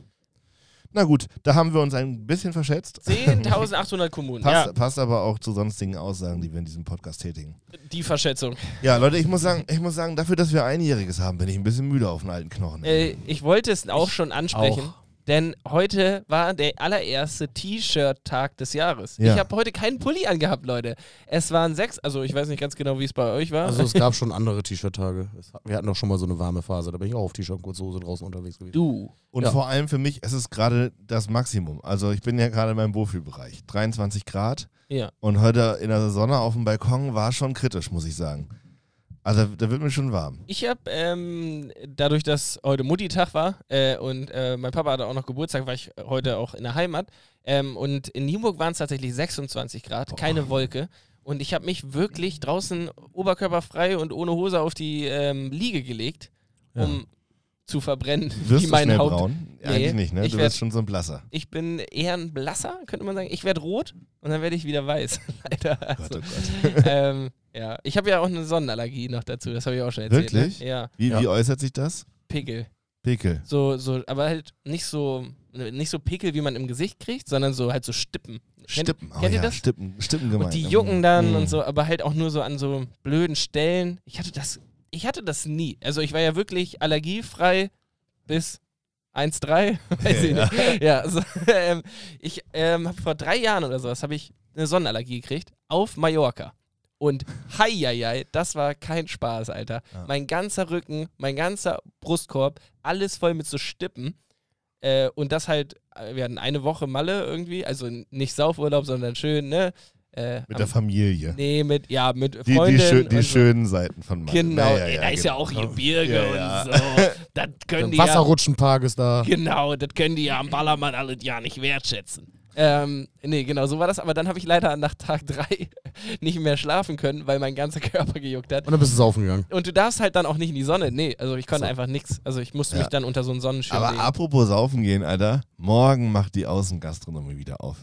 [SPEAKER 1] Na gut, da haben wir uns ein bisschen verschätzt.
[SPEAKER 4] 10.800 Kommunen.
[SPEAKER 1] Passt,
[SPEAKER 4] Ja,
[SPEAKER 1] passt aber auch zu sonstigen Aussagen, die wir in diesem Podcast tätigen.
[SPEAKER 4] die Verschätzung.
[SPEAKER 1] Ja, Leute, ich muss sagen, ich muss sagen, dafür, dass wir Einjähriges haben, bin ich ein bisschen müde auf den alten Knochen.
[SPEAKER 4] Äh, ich wollte es auch schon ansprechen, denn heute war der allererste T-Shirt-Tag des Jahres.
[SPEAKER 1] Ja.
[SPEAKER 4] Ich habe heute keinen Pulli angehabt, Leute. Es waren sechs, also ich weiß nicht ganz genau, wie es bei euch war.
[SPEAKER 5] Also es gab schon andere T-Shirt-Tage. Es hat- Wir hatten doch schon mal so eine warme Phase. Da bin ich auch auf T-Shirt und kurze Hose draußen unterwegs gewesen.
[SPEAKER 4] du.
[SPEAKER 1] Und
[SPEAKER 5] Ja.
[SPEAKER 1] vor allem für mich, es ist gerade das Maximum. Also ich bin ja gerade in meinem Wohlfühlbereich. 23 Grad
[SPEAKER 4] Ja.
[SPEAKER 1] und heute in der Sonne auf dem Balkon war schon kritisch, muss ich sagen. Also da wird mir schon warm.
[SPEAKER 4] Ich habe, ähm, dadurch, dass heute Mutti-Tag war äh, und äh, mein Papa hatte auch noch Geburtstag, war ich heute auch in der Heimat. Ähm, und in Nienburg waren es tatsächlich 26 Grad, keine Wolke. Und ich habe mich wirklich draußen oberkörperfrei und ohne Hose auf die ähm, Liege gelegt, um zu verbrennen,
[SPEAKER 1] Wirst
[SPEAKER 4] wie
[SPEAKER 1] du
[SPEAKER 4] mein
[SPEAKER 1] schnell
[SPEAKER 4] Haupt.
[SPEAKER 1] braun?
[SPEAKER 4] Nee,
[SPEAKER 1] Eigentlich nicht, ne?
[SPEAKER 4] ich
[SPEAKER 1] Du
[SPEAKER 4] werd-
[SPEAKER 1] wirst schon so ein Blasser.
[SPEAKER 4] Ich bin eher ein blasser, könnte man sagen. Ich werde rot und dann werde ich wieder weiß. [LAUGHS] Leider.
[SPEAKER 1] Gott,
[SPEAKER 4] Also,
[SPEAKER 1] oh Gott.
[SPEAKER 4] [LAUGHS] ähm, ja. Ich habe ja auch eine Sonnenallergie noch dazu, das habe ich auch schon erzählt.
[SPEAKER 1] Wirklich?
[SPEAKER 4] Ne? Ja,
[SPEAKER 1] Wie,
[SPEAKER 5] Ja.
[SPEAKER 1] wie äußert sich das?
[SPEAKER 4] Pickel.
[SPEAKER 1] Pickel.
[SPEAKER 4] So, so, aber halt nicht so, nicht so Pickel, wie man im Gesicht kriegt, sondern so halt so Stippen. Kennt-
[SPEAKER 1] Stippen. Oh,
[SPEAKER 4] kennt ihr
[SPEAKER 1] ja,
[SPEAKER 4] das?
[SPEAKER 1] Stippen, Stippen
[SPEAKER 4] Und
[SPEAKER 1] gemeint.
[SPEAKER 4] die jucken dann
[SPEAKER 5] Mhm.
[SPEAKER 4] und so, aber halt auch nur so an so blöden Stellen. Ich hatte das, ich hatte das nie. Also ich war ja wirklich allergiefrei bis 1,3, [LAUGHS] weiß ich
[SPEAKER 1] Ja.
[SPEAKER 4] nicht. Ja, also, [LAUGHS] ähm, ich ähm, habe vor drei Jahren oder sowas habe ich eine Sonnenallergie gekriegt auf Mallorca. Und heieiei, das war kein Spaß, Alter.
[SPEAKER 1] Ja.
[SPEAKER 4] Mein ganzer Rücken, mein ganzer Brustkorb, alles voll mit so Stippen. Äh, und das halt, äh, wir hatten eine Woche Malle irgendwie, also n- nicht Saufurlaub, sondern schön, ne? Äh,
[SPEAKER 1] Mit
[SPEAKER 4] am-
[SPEAKER 1] der Familie.
[SPEAKER 4] Nee, mit, ja, mit
[SPEAKER 1] Die, die,
[SPEAKER 4] Freunden.
[SPEAKER 1] schö die
[SPEAKER 4] und so.
[SPEAKER 1] schönen Seiten von Mann.
[SPEAKER 4] Genau,
[SPEAKER 1] Ja, ja,
[SPEAKER 4] ey,
[SPEAKER 1] ja,
[SPEAKER 4] da ist ja
[SPEAKER 1] genau.
[SPEAKER 4] auch Gebirge
[SPEAKER 1] Ja, ja.
[SPEAKER 4] und so.
[SPEAKER 1] [LAUGHS]
[SPEAKER 4] Das können die ja,
[SPEAKER 5] Wasserrutschenpark ist da.
[SPEAKER 4] genau, das können die ja am Ballermann alles ja nicht wertschätzen. Ähm, nee, genau, so war das. Aber dann habe ich leider nach Tag drei [LAUGHS] nicht mehr schlafen können, weil mein ganzer Körper gejuckt hat.
[SPEAKER 5] Und dann bist du saufen gegangen.
[SPEAKER 4] Und du darfst halt dann auch nicht in die Sonne. Nee, also ich konnte
[SPEAKER 5] So.
[SPEAKER 4] einfach nichts. Also ich musste
[SPEAKER 1] Ja.
[SPEAKER 4] mich dann unter so einen Sonnenschirm
[SPEAKER 1] Aber
[SPEAKER 4] legen.
[SPEAKER 1] apropos Saufen gehen, Alter. Morgen macht die Außengastronomie wieder auf.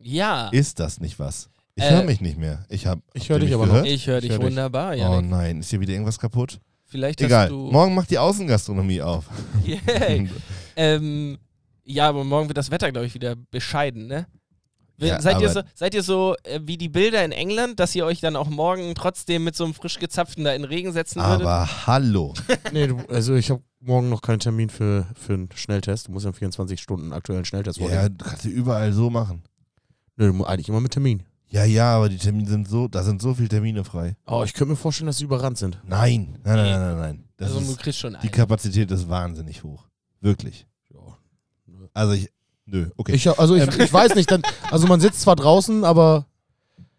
[SPEAKER 4] Ja.
[SPEAKER 1] Ist das nicht was? Ich
[SPEAKER 4] Äh,
[SPEAKER 1] höre mich nicht mehr. Ich habe.
[SPEAKER 5] ich hör dich aber noch.
[SPEAKER 4] Ich höre dich
[SPEAKER 5] Ich hör dich.
[SPEAKER 4] wunderbar, ja.
[SPEAKER 1] Oh nein, ist hier wieder irgendwas kaputt?
[SPEAKER 4] Vielleicht
[SPEAKER 1] Egal.
[SPEAKER 4] hast du.
[SPEAKER 1] Morgen macht die Außengastronomie
[SPEAKER 5] [LAUGHS]
[SPEAKER 1] auf.
[SPEAKER 4] [LAUGHS]
[SPEAKER 1] [LAUGHS]
[SPEAKER 4] Yay. ähm, ja, aber morgen wird das Wetter, glaube ich, wieder bescheiden, ne? Wir-
[SPEAKER 1] Ja,
[SPEAKER 4] seid, ihr
[SPEAKER 1] aber-
[SPEAKER 4] so, seid ihr so äh, wie die Bilder in England, dass ihr euch dann auch morgen trotzdem mit so einem frisch gezapften da in den Regen setzen würdet?
[SPEAKER 1] aber hallo.
[SPEAKER 5] Nee, du, also ich habe morgen noch keinen Termin für, für einen Schnelltest. Du musst ja in 24 Stunden aktuellen Schnelltest
[SPEAKER 1] ja,
[SPEAKER 5] vornehmen.
[SPEAKER 1] du kannst du überall so machen.
[SPEAKER 5] Nee, du mu- eigentlich immer mit Termin.
[SPEAKER 1] Ja, ja, aber die Termine sind so, da sind so viele Termine frei.
[SPEAKER 5] Oh, ich könnte mir vorstellen, dass sie überrannt sind.
[SPEAKER 1] Nein, nein, nein, nein, nein. nein. Das
[SPEAKER 4] also du
[SPEAKER 1] ist,
[SPEAKER 4] kriegst schon
[SPEAKER 1] die
[SPEAKER 4] einen.
[SPEAKER 1] Kapazität ist wahnsinnig hoch. Wirklich. Also ich, nö, okay.
[SPEAKER 5] Ich, hab- also ich,
[SPEAKER 1] Ähm.
[SPEAKER 5] ich weiß nicht, dann, also man sitzt zwar draußen, aber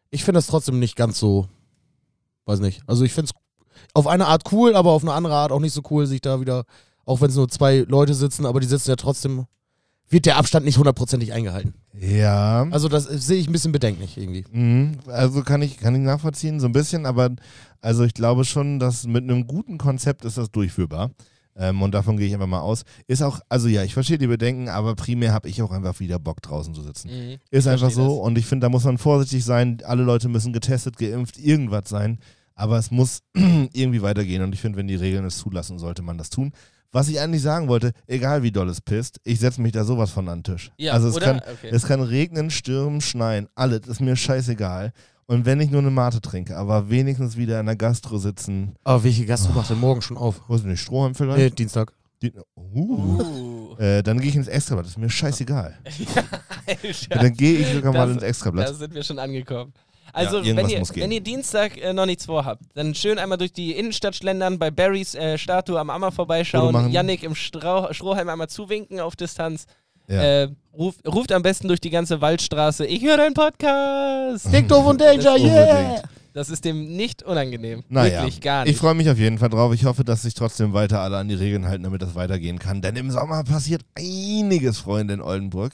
[SPEAKER 5] ich finde das trotzdem nicht ganz so, weiß nicht. Also ich finde es auf eine Art cool, aber auf eine andere Art auch nicht so cool, sich da wieder, auch wenn es nur zwei Leute sitzen, aber die sitzen ja trotzdem, wird der Abstand nicht hundertprozentig eingehalten.
[SPEAKER 1] ja.
[SPEAKER 5] Also das äh, sehe ich ein bisschen bedenklich irgendwie.
[SPEAKER 1] Mhm, Also kann ich, kann ich nachvollziehen, so ein bisschen, aber also ich glaube schon, dass mit einem guten Konzept ist das durchführbar. Ähm, und davon gehe ich einfach mal aus. Ist auch, also ja, ich verstehe die Bedenken, aber primär habe ich auch einfach wieder Bock draußen zu sitzen.
[SPEAKER 4] Mhm.
[SPEAKER 1] Ist
[SPEAKER 4] verstehe
[SPEAKER 1] einfach so
[SPEAKER 4] das.
[SPEAKER 1] und ich finde, da muss man vorsichtig sein. Alle Leute müssen getestet, geimpft, irgendwas sein, aber es muss [CLEARS THROAT] irgendwie weitergehen und ich finde, wenn die Regeln es zulassen, sollte man das tun. Was ich eigentlich sagen wollte, egal wie doll es pisst, ich setze mich da sowas von an den Tisch.
[SPEAKER 4] Ja,
[SPEAKER 1] also es
[SPEAKER 4] oder?
[SPEAKER 1] kann,
[SPEAKER 4] okay.
[SPEAKER 1] es kann regnen, stürmen, schneien, alles ist mir scheißegal. Und wenn ich nur eine Mate trinke, aber wenigstens wieder in der Gastro sitzen.
[SPEAKER 5] Aber welche Gastro macht denn morgen schon auf?
[SPEAKER 1] Wo ist denn die Strohhalm
[SPEAKER 5] Nee,
[SPEAKER 1] vielleicht?
[SPEAKER 5] Dienstag.
[SPEAKER 1] Die, uh.
[SPEAKER 4] Uh. [LAUGHS]
[SPEAKER 1] Äh, dann gehe ich ins Extrablatt, ist mir scheißegal.
[SPEAKER 4] Alter,
[SPEAKER 1] Dann gehe ich sogar mal
[SPEAKER 4] Das-
[SPEAKER 1] ins Extrablatt.
[SPEAKER 4] da sind wir schon angekommen. Also,
[SPEAKER 1] Ja, irgendwas
[SPEAKER 4] wenn, ihr,
[SPEAKER 1] muss gehen.
[SPEAKER 4] wenn ihr Dienstag äh, noch nichts vorhabt, dann schön einmal durch die Innenstadt schlendern, bei Barrys äh, Statue am Ammer
[SPEAKER 1] Foto
[SPEAKER 4] vorbeischauen,
[SPEAKER 1] machen.
[SPEAKER 4] Yannick im Strau Strohhalm einmal zuwinken auf Distanz.
[SPEAKER 1] Ja.
[SPEAKER 4] Äh, ruf, ruft am besten durch die ganze Waldstraße. Ich höre deinen
[SPEAKER 1] Hm.
[SPEAKER 4] Podcast.
[SPEAKER 5] Dick, doof und Danger, yeah!
[SPEAKER 1] Unbedingt.
[SPEAKER 4] Das ist dem nicht unangenehm.
[SPEAKER 1] Naja,
[SPEAKER 4] Wirklich gar
[SPEAKER 1] ich
[SPEAKER 4] nicht.
[SPEAKER 1] freue mich auf jeden Fall drauf. Ich hoffe, dass sich trotzdem weiter alle an die Regeln halten, damit das weitergehen kann. Denn im Sommer passiert einiges, Freunde, in Oldenburg.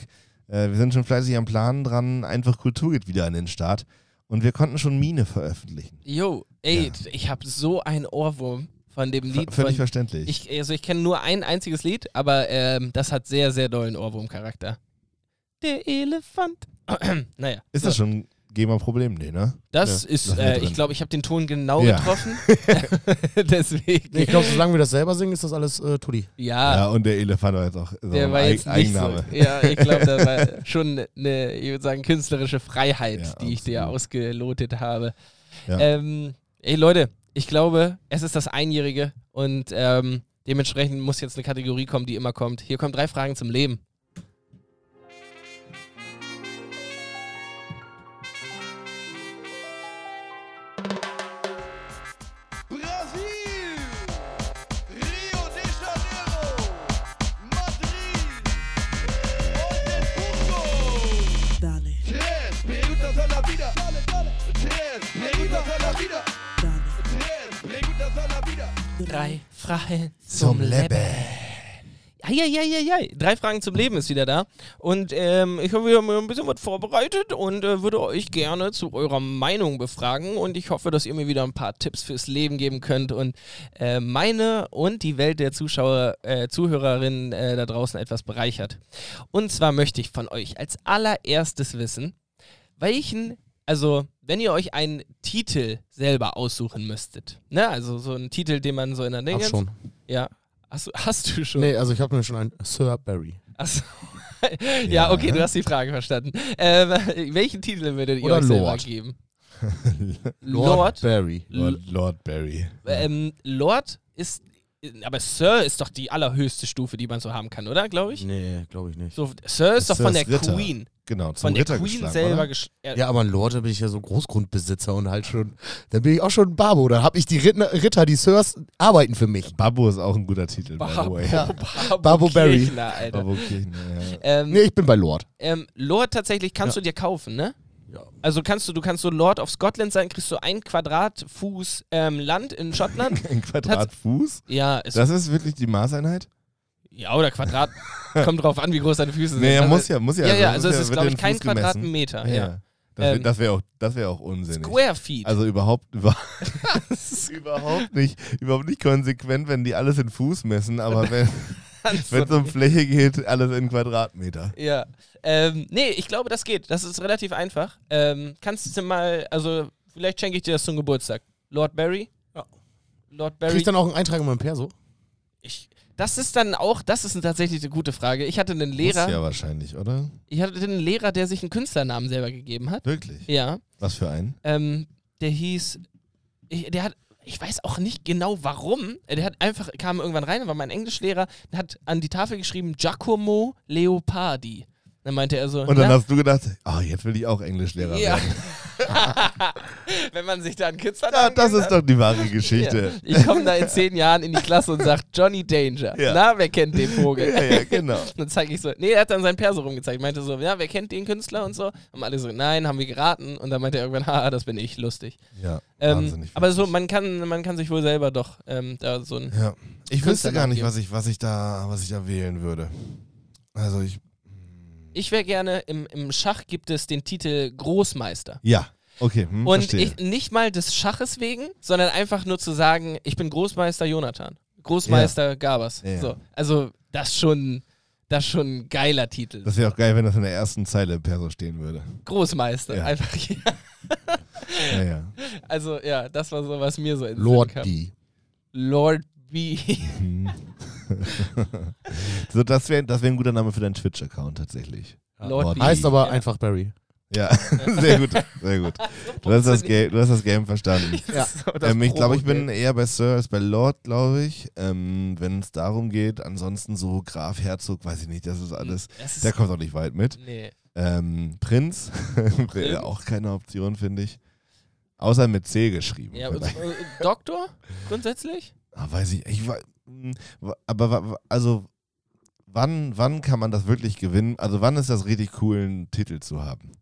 [SPEAKER 1] Äh, wir sind schon fleißig am Planen dran. Einfach Kultur geht wieder an den Start. Und wir konnten schon Mine veröffentlichen.
[SPEAKER 4] Jo, ey,
[SPEAKER 1] Ja.
[SPEAKER 4] ich habe so einen Ohrwurm von dem
[SPEAKER 1] V
[SPEAKER 4] Lied.
[SPEAKER 1] völlig
[SPEAKER 4] von,
[SPEAKER 1] verständlich.
[SPEAKER 4] ich, also ich kenne nur ein einziges Lied, aber ähm, das hat sehr, sehr dollen Ohrwurm-Charakter. Der Elefant. [CLEARS THROAT] naja.
[SPEAKER 1] Ist das schon ein GEMA-Problem? Nee, ne?
[SPEAKER 4] Das ist,
[SPEAKER 1] lassen wir
[SPEAKER 4] äh,
[SPEAKER 1] drin.
[SPEAKER 4] ich glaube, ich habe den Ton genau
[SPEAKER 1] Ja. [LAUGHS]
[SPEAKER 4] getroffen. [LAUGHS] Deswegen.
[SPEAKER 5] Nee, ich glaube, solange wir das selber singen, ist das alles äh, Tutti.
[SPEAKER 4] ja,
[SPEAKER 1] ja, und der Elefant war jetzt auch so
[SPEAKER 4] Ah. der
[SPEAKER 1] ein
[SPEAKER 4] war
[SPEAKER 1] Eig-
[SPEAKER 4] jetzt nicht so. Ja, ich glaube,
[SPEAKER 1] [LAUGHS]
[SPEAKER 4] da war schon eine, ich würde sagen, künstlerische Freiheit,
[SPEAKER 1] Ja,
[SPEAKER 4] die ich dir
[SPEAKER 1] absolut.
[SPEAKER 4] ausgelotet habe.
[SPEAKER 1] Ja.
[SPEAKER 4] Ähm, ey, Leute, ich glaube, es ist das Einjährige und ähm, dementsprechend muss jetzt eine Kategorie kommen, die immer kommt. Hier kommen drei Fragen zum Leben.
[SPEAKER 2] Brasil, Rio de Janeiro, Madrid und Hamburg.
[SPEAKER 6] Dale,
[SPEAKER 2] Tres preguntas a la vida. Tres preguntas a la vida.
[SPEAKER 6] dale.
[SPEAKER 2] Tres preguntas a la vida.
[SPEAKER 4] Drei Fragen zum, Leben. Eieieiei. Drei Fragen zum Leben ist wieder da. Und ähm, ich habe wieder mal ein bisschen was vorbereitet und äh, würde euch gerne zu eurer Meinung befragen. Und ich hoffe, dass ihr mir wieder ein paar Tipps fürs Leben geben könnt und äh, meine und die Welt der Zuschauer, äh, Zuhörerinnen äh, da draußen etwas bereichert. Und zwar möchte ich von euch als allererstes wissen, welchen, also wenn ihr euch einen Titel selber aussuchen müsstet, ne, also so einen Titel, den man so in der Dinge.
[SPEAKER 5] Hab schon.
[SPEAKER 4] Ja. Hast, du- hast du schon?
[SPEAKER 5] Nee, also ich habe mir schon einen Sir Barry.
[SPEAKER 4] Ach so. ja, okay, du hast die Frage verstanden. Ähm, [LAUGHS] welchen Titel würdet ihr
[SPEAKER 5] Oder
[SPEAKER 4] euch selber
[SPEAKER 5] Lord.
[SPEAKER 4] geben?
[SPEAKER 5] Lord
[SPEAKER 4] Lord.
[SPEAKER 5] Barry.
[SPEAKER 1] Lord, Lord Barry.
[SPEAKER 4] Ähm, Lord ist, aber Sir ist doch die allerhöchste Stufe, die man so haben kann, oder? Glaube ich.
[SPEAKER 5] Nee, glaube ich nicht.
[SPEAKER 4] So, Sir ist doch
[SPEAKER 1] Sir
[SPEAKER 4] von der
[SPEAKER 1] ist Ritter.
[SPEAKER 4] Queen.
[SPEAKER 1] Genau, zum
[SPEAKER 4] Von der
[SPEAKER 1] Ritter
[SPEAKER 4] Queen
[SPEAKER 1] geschlagen,
[SPEAKER 4] selber
[SPEAKER 1] oder?
[SPEAKER 4] gesch äh, [LAUGHS]
[SPEAKER 5] Ja, aber ein Lord, da bin ich ja so Großgrundbesitzer und halt schon, da bin ich auch schon ein Babo. Da habe ich die Ritter, Ritter, die Sirs, arbeiten für mich.
[SPEAKER 1] Babbo ist auch ein guter Titel, by the
[SPEAKER 4] Babo,
[SPEAKER 1] way.
[SPEAKER 4] Babo,
[SPEAKER 5] Babo Berry.
[SPEAKER 4] Kirchner, Alter.
[SPEAKER 1] Babbo Kirchner, ne,
[SPEAKER 4] [LAUGHS]
[SPEAKER 1] ja.
[SPEAKER 4] Ähm,
[SPEAKER 5] Nee, ich bin bei Lord.
[SPEAKER 4] ähm, Lord tatsächlich kannst
[SPEAKER 5] Ja.
[SPEAKER 4] du dir kaufen, ne?
[SPEAKER 5] Ja.
[SPEAKER 4] Also kannst du, du kannst so Lord of Scotland sein, kriegst du ein Quadratfuß ähm, Land
[SPEAKER 1] [LAUGHS]
[SPEAKER 4] in Schottland.
[SPEAKER 1] Ein Quadratfuß?
[SPEAKER 4] ja, ist
[SPEAKER 1] Das ist wirklich die Maßeinheit?
[SPEAKER 4] Ja, oder
[SPEAKER 1] [LAUGHS]
[SPEAKER 4] Quadrat. Kommt drauf an, wie groß deine Füße sind.
[SPEAKER 1] Nee, er
[SPEAKER 4] Also-
[SPEAKER 1] muss ja, muss ja.
[SPEAKER 4] Ja, ja,
[SPEAKER 1] muss
[SPEAKER 4] also es ist,
[SPEAKER 1] wird
[SPEAKER 4] glaube
[SPEAKER 1] den
[SPEAKER 4] ich, kein
[SPEAKER 1] Fuß gemessen.
[SPEAKER 4] Quadratmeter. Ja.
[SPEAKER 1] Das wär-
[SPEAKER 4] Ähm,
[SPEAKER 1] Das wäre auch, das wär auch unsinnig.
[SPEAKER 4] Square Feet. [LAUGHS]
[SPEAKER 1] Also überhaupt, [LAUGHS] über, überhaupt, nicht, überhaupt nicht konsequent, wenn die alles in Fuß messen,
[SPEAKER 4] [LAUGHS]
[SPEAKER 1] aber wenn
[SPEAKER 4] Ganz
[SPEAKER 1] es um
[SPEAKER 4] so-
[SPEAKER 1] Fläche geht, alles in Quadratmeter.
[SPEAKER 4] Also, ja. Ähm, nee, ich glaube, das geht. Das ist relativ einfach. Ähm, kannst du mal, also vielleicht schenke ich dir das zum Geburtstag. Lord Barry?
[SPEAKER 5] Ja.
[SPEAKER 4] Lord
[SPEAKER 5] Krieg
[SPEAKER 4] Barry.
[SPEAKER 5] ich dann auch einen Eintrag in meinem Perso?
[SPEAKER 4] ich, das ist dann auch, das ist tatsächlich eine gute Frage. Ich hatte einen Lehrer,
[SPEAKER 1] Muss ja wahrscheinlich, oder?
[SPEAKER 4] ich hatte einen Lehrer, der sich einen Künstlernamen selber gegeben hat.
[SPEAKER 1] Wirklich.
[SPEAKER 4] Ja.
[SPEAKER 1] Was für einen?
[SPEAKER 4] Ähm, der hieß, ich, der hat, ich weiß auch nicht genau warum, äh, der hat einfach, kam irgendwann rein, war mein Englischlehrer, und hat an die Tafel geschrieben, Giacomo Leopardi. Dann meinte er so, ne?
[SPEAKER 1] Und dann
[SPEAKER 4] "Na,
[SPEAKER 1] hast du gedacht, ah, jetzt will ich auch Englischlehrer
[SPEAKER 4] ja.
[SPEAKER 1] werden.
[SPEAKER 4] [LAUGHS] Wenn man sich da einen Kitzler
[SPEAKER 1] Ja, das ist doch die wahre Geschichte.
[SPEAKER 4] Ich komme da in zehn Jahren in die Klasse und sag Johnny Danger.
[SPEAKER 1] Ja.
[SPEAKER 4] Na, wer kennt den Vogel?
[SPEAKER 1] Ja, ja, genau.
[SPEAKER 4] [LAUGHS] Dann zeige ich so, nee, er hat dann sein Perso rumgezeigt. Meinte so, ja, wer kennt den Künstler und so? Haben alle so, nein, haben wir geraten. Und dann meinte er irgendwann, [LAUGHS] haha, das bin ich, lustig.
[SPEAKER 1] Ja,
[SPEAKER 4] Ähm,
[SPEAKER 1] wahnsinnig
[SPEAKER 4] aber so,
[SPEAKER 1] witzig.
[SPEAKER 4] man kann, man kann sich wohl selber doch ähm, da so ein.
[SPEAKER 1] Ja. Ich wüsste gar nicht,
[SPEAKER 4] geben.
[SPEAKER 1] was ich, was ich da, was ich da wählen würde. Also ich.
[SPEAKER 4] Ich wäre gerne, im, im Schach gibt es den Titel Großmeister.
[SPEAKER 1] Ja. Okay. Hm,
[SPEAKER 4] Und
[SPEAKER 1] verstehe.
[SPEAKER 4] ich, nicht mal des Schaches wegen, sondern einfach nur zu sagen, ich bin Großmeister Jonathan. Großmeister Gabers.
[SPEAKER 1] Ja.
[SPEAKER 4] So. Also, das ist schon, das ist schon ein geiler Titel.
[SPEAKER 1] das wäre auch geil, wenn das in der ersten Zeile im Perso stehen würde.
[SPEAKER 4] Großmeister.
[SPEAKER 1] Ja.
[SPEAKER 4] Einfach, ja.
[SPEAKER 1] Ja, ja.
[SPEAKER 4] [LAUGHS] Also, ja, das war so, was mir so in den Sinn
[SPEAKER 5] Lord
[SPEAKER 4] kam.
[SPEAKER 5] D.
[SPEAKER 4] Lord
[SPEAKER 1] [LAUGHS]
[SPEAKER 4] B.
[SPEAKER 1] So, das wäre das wär ein guter Name für deinen Twitch-Account tatsächlich.
[SPEAKER 4] Lord B.
[SPEAKER 5] Heißt aber
[SPEAKER 4] Ja.
[SPEAKER 5] einfach Barry.
[SPEAKER 1] Ja, [LAUGHS] sehr gut, sehr gut. Du hast
[SPEAKER 4] [LAUGHS]
[SPEAKER 1] das Game, du hast das Game verstanden.
[SPEAKER 4] So, das
[SPEAKER 1] Ähm, ich glaube, ich bin
[SPEAKER 4] Promo-Game.
[SPEAKER 1] eher bei Sir als bei Lord, glaube ich. Ähm, Wenn es darum geht, ansonsten so Graf, Herzog, weiß ich nicht, das ist alles.
[SPEAKER 4] Das
[SPEAKER 1] Der
[SPEAKER 4] ist,
[SPEAKER 1] kommt auch nicht weit mit.
[SPEAKER 4] nee.
[SPEAKER 1] Ähm, Prinz, [LAUGHS] wäre auch keine Option, finde ich. Außer mit C geschrieben.
[SPEAKER 4] Ja,
[SPEAKER 1] vielleicht.
[SPEAKER 4] äh, Doktor grundsätzlich?
[SPEAKER 1] Ah, weiß ich. ich wa- mh, wa- aber wa- wa- also wann, wann kann man das wirklich gewinnen? Also wann ist das richtig cool, einen Titel zu haben?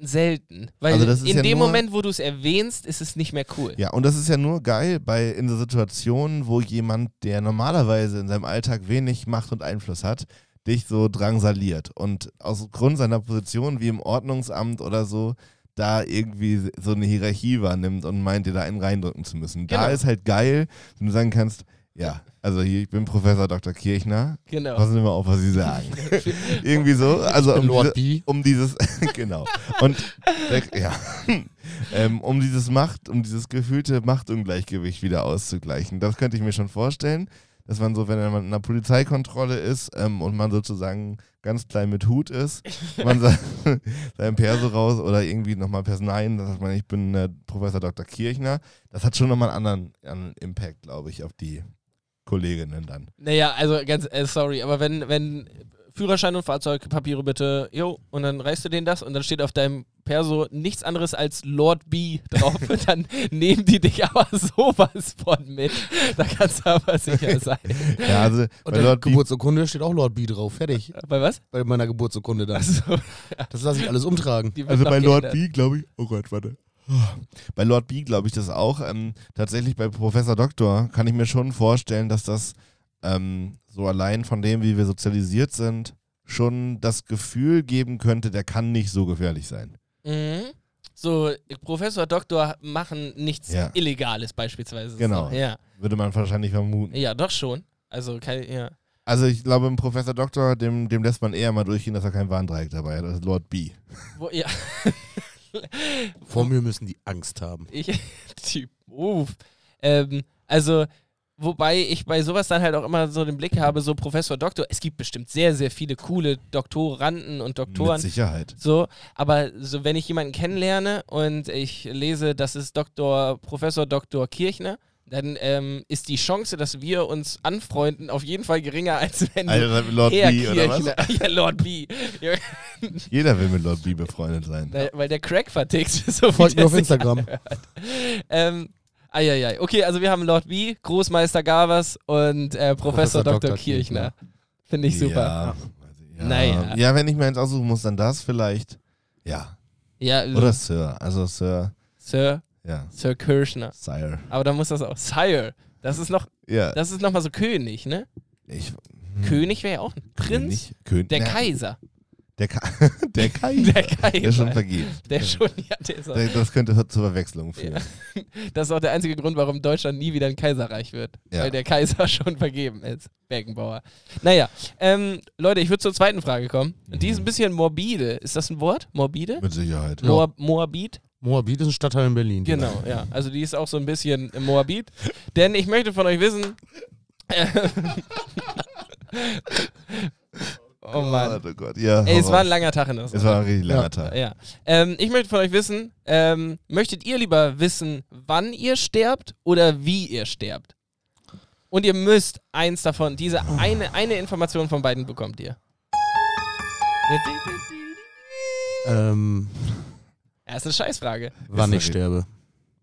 [SPEAKER 4] Selten. Weil
[SPEAKER 1] Also das ist
[SPEAKER 4] in
[SPEAKER 1] ja
[SPEAKER 4] dem
[SPEAKER 1] nur-
[SPEAKER 4] Moment, wo du es erwähnst, ist es nicht mehr cool.
[SPEAKER 1] Ja, und das ist ja nur geil bei in so Situationen, wo jemand, der normalerweise in seinem Alltag wenig Macht und Einfluss hat, dich so drangsaliert und aus Grund seiner Position wie im Ordnungsamt oder so da irgendwie so eine Hierarchie wahrnimmt und meint, dir da einen reindrücken zu müssen. Da
[SPEAKER 4] Genau.
[SPEAKER 1] ist halt geil, wenn du sagen kannst, Ja, also hier, ich bin Professor Dr. Kirchner.
[SPEAKER 4] Genau.
[SPEAKER 1] Passen Sie mal auf, was Sie sagen. Irgendwie so. Also um,
[SPEAKER 5] Lord
[SPEAKER 1] diese,
[SPEAKER 5] B.
[SPEAKER 1] um dieses, [LAUGHS] genau. Und äh, ja, ähm, um dieses Macht, um dieses gefühlte Machtungleichgewicht wieder auszugleichen. Das könnte ich mir schon vorstellen, dass man so, wenn man in einer Polizeikontrolle ist ähm, und man sozusagen ganz klein mit Hut ist, man sagt, [LAUGHS] sein Perso raus oder irgendwie nochmal Personalien, dann sagt man, ich bin äh, Professor Dr. Kirchner. Das hat schon nochmal einen anderen, anderen Impact, glaube ich, auf die Kolleginnen dann.
[SPEAKER 4] Naja, also ganz, äh, sorry, aber wenn, wenn Führerschein und Fahrzeugpapiere bitte, jo, und dann reichst du denen das und dann steht auf deinem Perso nichts anderes als Lord B drauf, [LAUGHS] dann nehmen die dich aber [LAUGHS] sowas von mit. Da kannst du aber sicher sein.
[SPEAKER 1] Ja, also
[SPEAKER 5] Und
[SPEAKER 1] bei
[SPEAKER 5] der
[SPEAKER 1] Lord B
[SPEAKER 5] Geburtsurkunde steht auch Lord B drauf.
[SPEAKER 4] [LAUGHS]
[SPEAKER 5] Fertig.
[SPEAKER 4] Bei was?
[SPEAKER 5] Bei meiner Geburtsurkunde dann.
[SPEAKER 4] Also,
[SPEAKER 5] Das lasse ich alles umtragen.
[SPEAKER 4] die wird
[SPEAKER 1] Also
[SPEAKER 4] noch
[SPEAKER 1] bei Lord
[SPEAKER 4] geändert.
[SPEAKER 1] B, glaube ich. Oh Gott, warte. Bei Lord B glaube ich das auch. Ähm, tatsächlich bei Professor Doktor kann ich mir schon vorstellen, dass das ähm, so allein von dem, wie wir sozialisiert sind, schon das Gefühl geben könnte, der kann nicht so gefährlich sein.
[SPEAKER 4] Mhm. So, Professor, Doktor machen nichts
[SPEAKER 1] Ja.
[SPEAKER 4] Illegales beispielsweise.
[SPEAKER 1] Genau.
[SPEAKER 4] So, ja.
[SPEAKER 1] Würde man wahrscheinlich vermuten.
[SPEAKER 4] ja, doch schon. Also, kein, ja.
[SPEAKER 1] Also ich glaube, ein Professor Doktor, dem, dem lässt man eher mal durchgehen, dass er kein Warndreieck dabei hat. Das ist Lord B.
[SPEAKER 4] Wo, ja.
[SPEAKER 5] Vor mir müssen die Angst haben.
[SPEAKER 4] Ich, [LAUGHS] die, uff. Ähm, also, wobei ich bei sowas dann halt auch immer so den Blick habe, so Professor Doktor, es gibt bestimmt sehr, sehr viele coole Doktoranden und
[SPEAKER 1] Mit
[SPEAKER 4] Doktoren.
[SPEAKER 1] Sicherheit.
[SPEAKER 4] So, aber so, wenn ich jemanden kennenlerne und ich lese, das ist Doktor, Professor Dr. Kirchner, dann ähm, ist die Chance, dass wir uns anfreunden, auf jeden Fall geringer, als wenn du
[SPEAKER 1] Also Lord
[SPEAKER 4] Herr
[SPEAKER 1] B oder was?
[SPEAKER 4] Kirchner, [LAUGHS] ja, Lord B, ja,
[SPEAKER 1] Jeder will mit Lord B befreundet sein.
[SPEAKER 4] weil- weil der Crack vertickt. [LAUGHS] So wie
[SPEAKER 5] Folgt mir
[SPEAKER 4] der
[SPEAKER 5] auf
[SPEAKER 4] sich
[SPEAKER 5] Instagram.
[SPEAKER 4] Ähm, Eieiei. Okay, also wir haben Lord B, Großmeister Gavas und äh, Professor,
[SPEAKER 5] Professor
[SPEAKER 4] Dr.
[SPEAKER 5] Dr.
[SPEAKER 4] Kirchner. Finde ich super.
[SPEAKER 1] Ja, ja.
[SPEAKER 4] Naja.
[SPEAKER 1] ja, wenn ich mir eins aussuchen muss, dann das vielleicht. Ja.
[SPEAKER 4] Ja,
[SPEAKER 1] Oder Sir. Also Sir,
[SPEAKER 4] Sir,
[SPEAKER 1] ja.
[SPEAKER 4] Sir Kirchner.
[SPEAKER 1] Sire.
[SPEAKER 4] Aber da muss das auch. Sire. Das ist noch,
[SPEAKER 1] Ja.
[SPEAKER 4] das ist noch mal so König, ne?
[SPEAKER 1] Ich,
[SPEAKER 4] König wäre ja auch ein Prinz.
[SPEAKER 1] König. König.
[SPEAKER 4] Der
[SPEAKER 1] ja,
[SPEAKER 4] Kaiser.
[SPEAKER 1] Der, Ka
[SPEAKER 4] [LAUGHS]
[SPEAKER 1] [LAUGHS] der Kaiser.
[SPEAKER 4] Der
[SPEAKER 1] Der ist schon
[SPEAKER 4] Kaiser.
[SPEAKER 1] vergeben.
[SPEAKER 4] [LAUGHS] Der schon, ja, der ist auch,
[SPEAKER 1] Der- Das könnte zu Verwechslungen führen.
[SPEAKER 4] das ist auch der einzige Grund, warum Deutschland nie wieder ein Kaiserreich wird.
[SPEAKER 1] Ja.
[SPEAKER 4] Weil der Kaiser [LAUGHS] schon vergeben ist. Beckenbauer. Naja, ähm, Leute, ich würde zur zweiten Frage kommen. Die ist ein bisschen morbide. Ist das ein Wort? Morbide?
[SPEAKER 1] Mit Sicherheit.
[SPEAKER 4] Moab Moabit?
[SPEAKER 5] Moabit ist ein Stadtteil in Berlin.
[SPEAKER 4] Genau, ja. Also die ist auch so ein bisschen im Moabit. Denn ich möchte von
[SPEAKER 1] [LAUGHS]
[SPEAKER 4] euch wissen. äh, oh Mann.
[SPEAKER 1] Oh Gott, ja.
[SPEAKER 4] Ey, es
[SPEAKER 1] hau
[SPEAKER 4] war ein
[SPEAKER 1] raus.
[SPEAKER 4] langer Tag in der
[SPEAKER 1] es war ein richtig langer
[SPEAKER 5] Ja.
[SPEAKER 1] Tag.
[SPEAKER 4] ja. Ähm, ich möchte von euch wissen, ähm, möchtet ihr lieber wissen, wann ihr sterbt oder wie ihr sterbt? Und ihr müsst eins davon, diese eine, eine Information von beiden bekommt ihr.
[SPEAKER 5] Ähm,
[SPEAKER 4] Ja, ist eine Scheißfrage.
[SPEAKER 5] wann ich
[SPEAKER 1] Ist okay.
[SPEAKER 5] sterbe.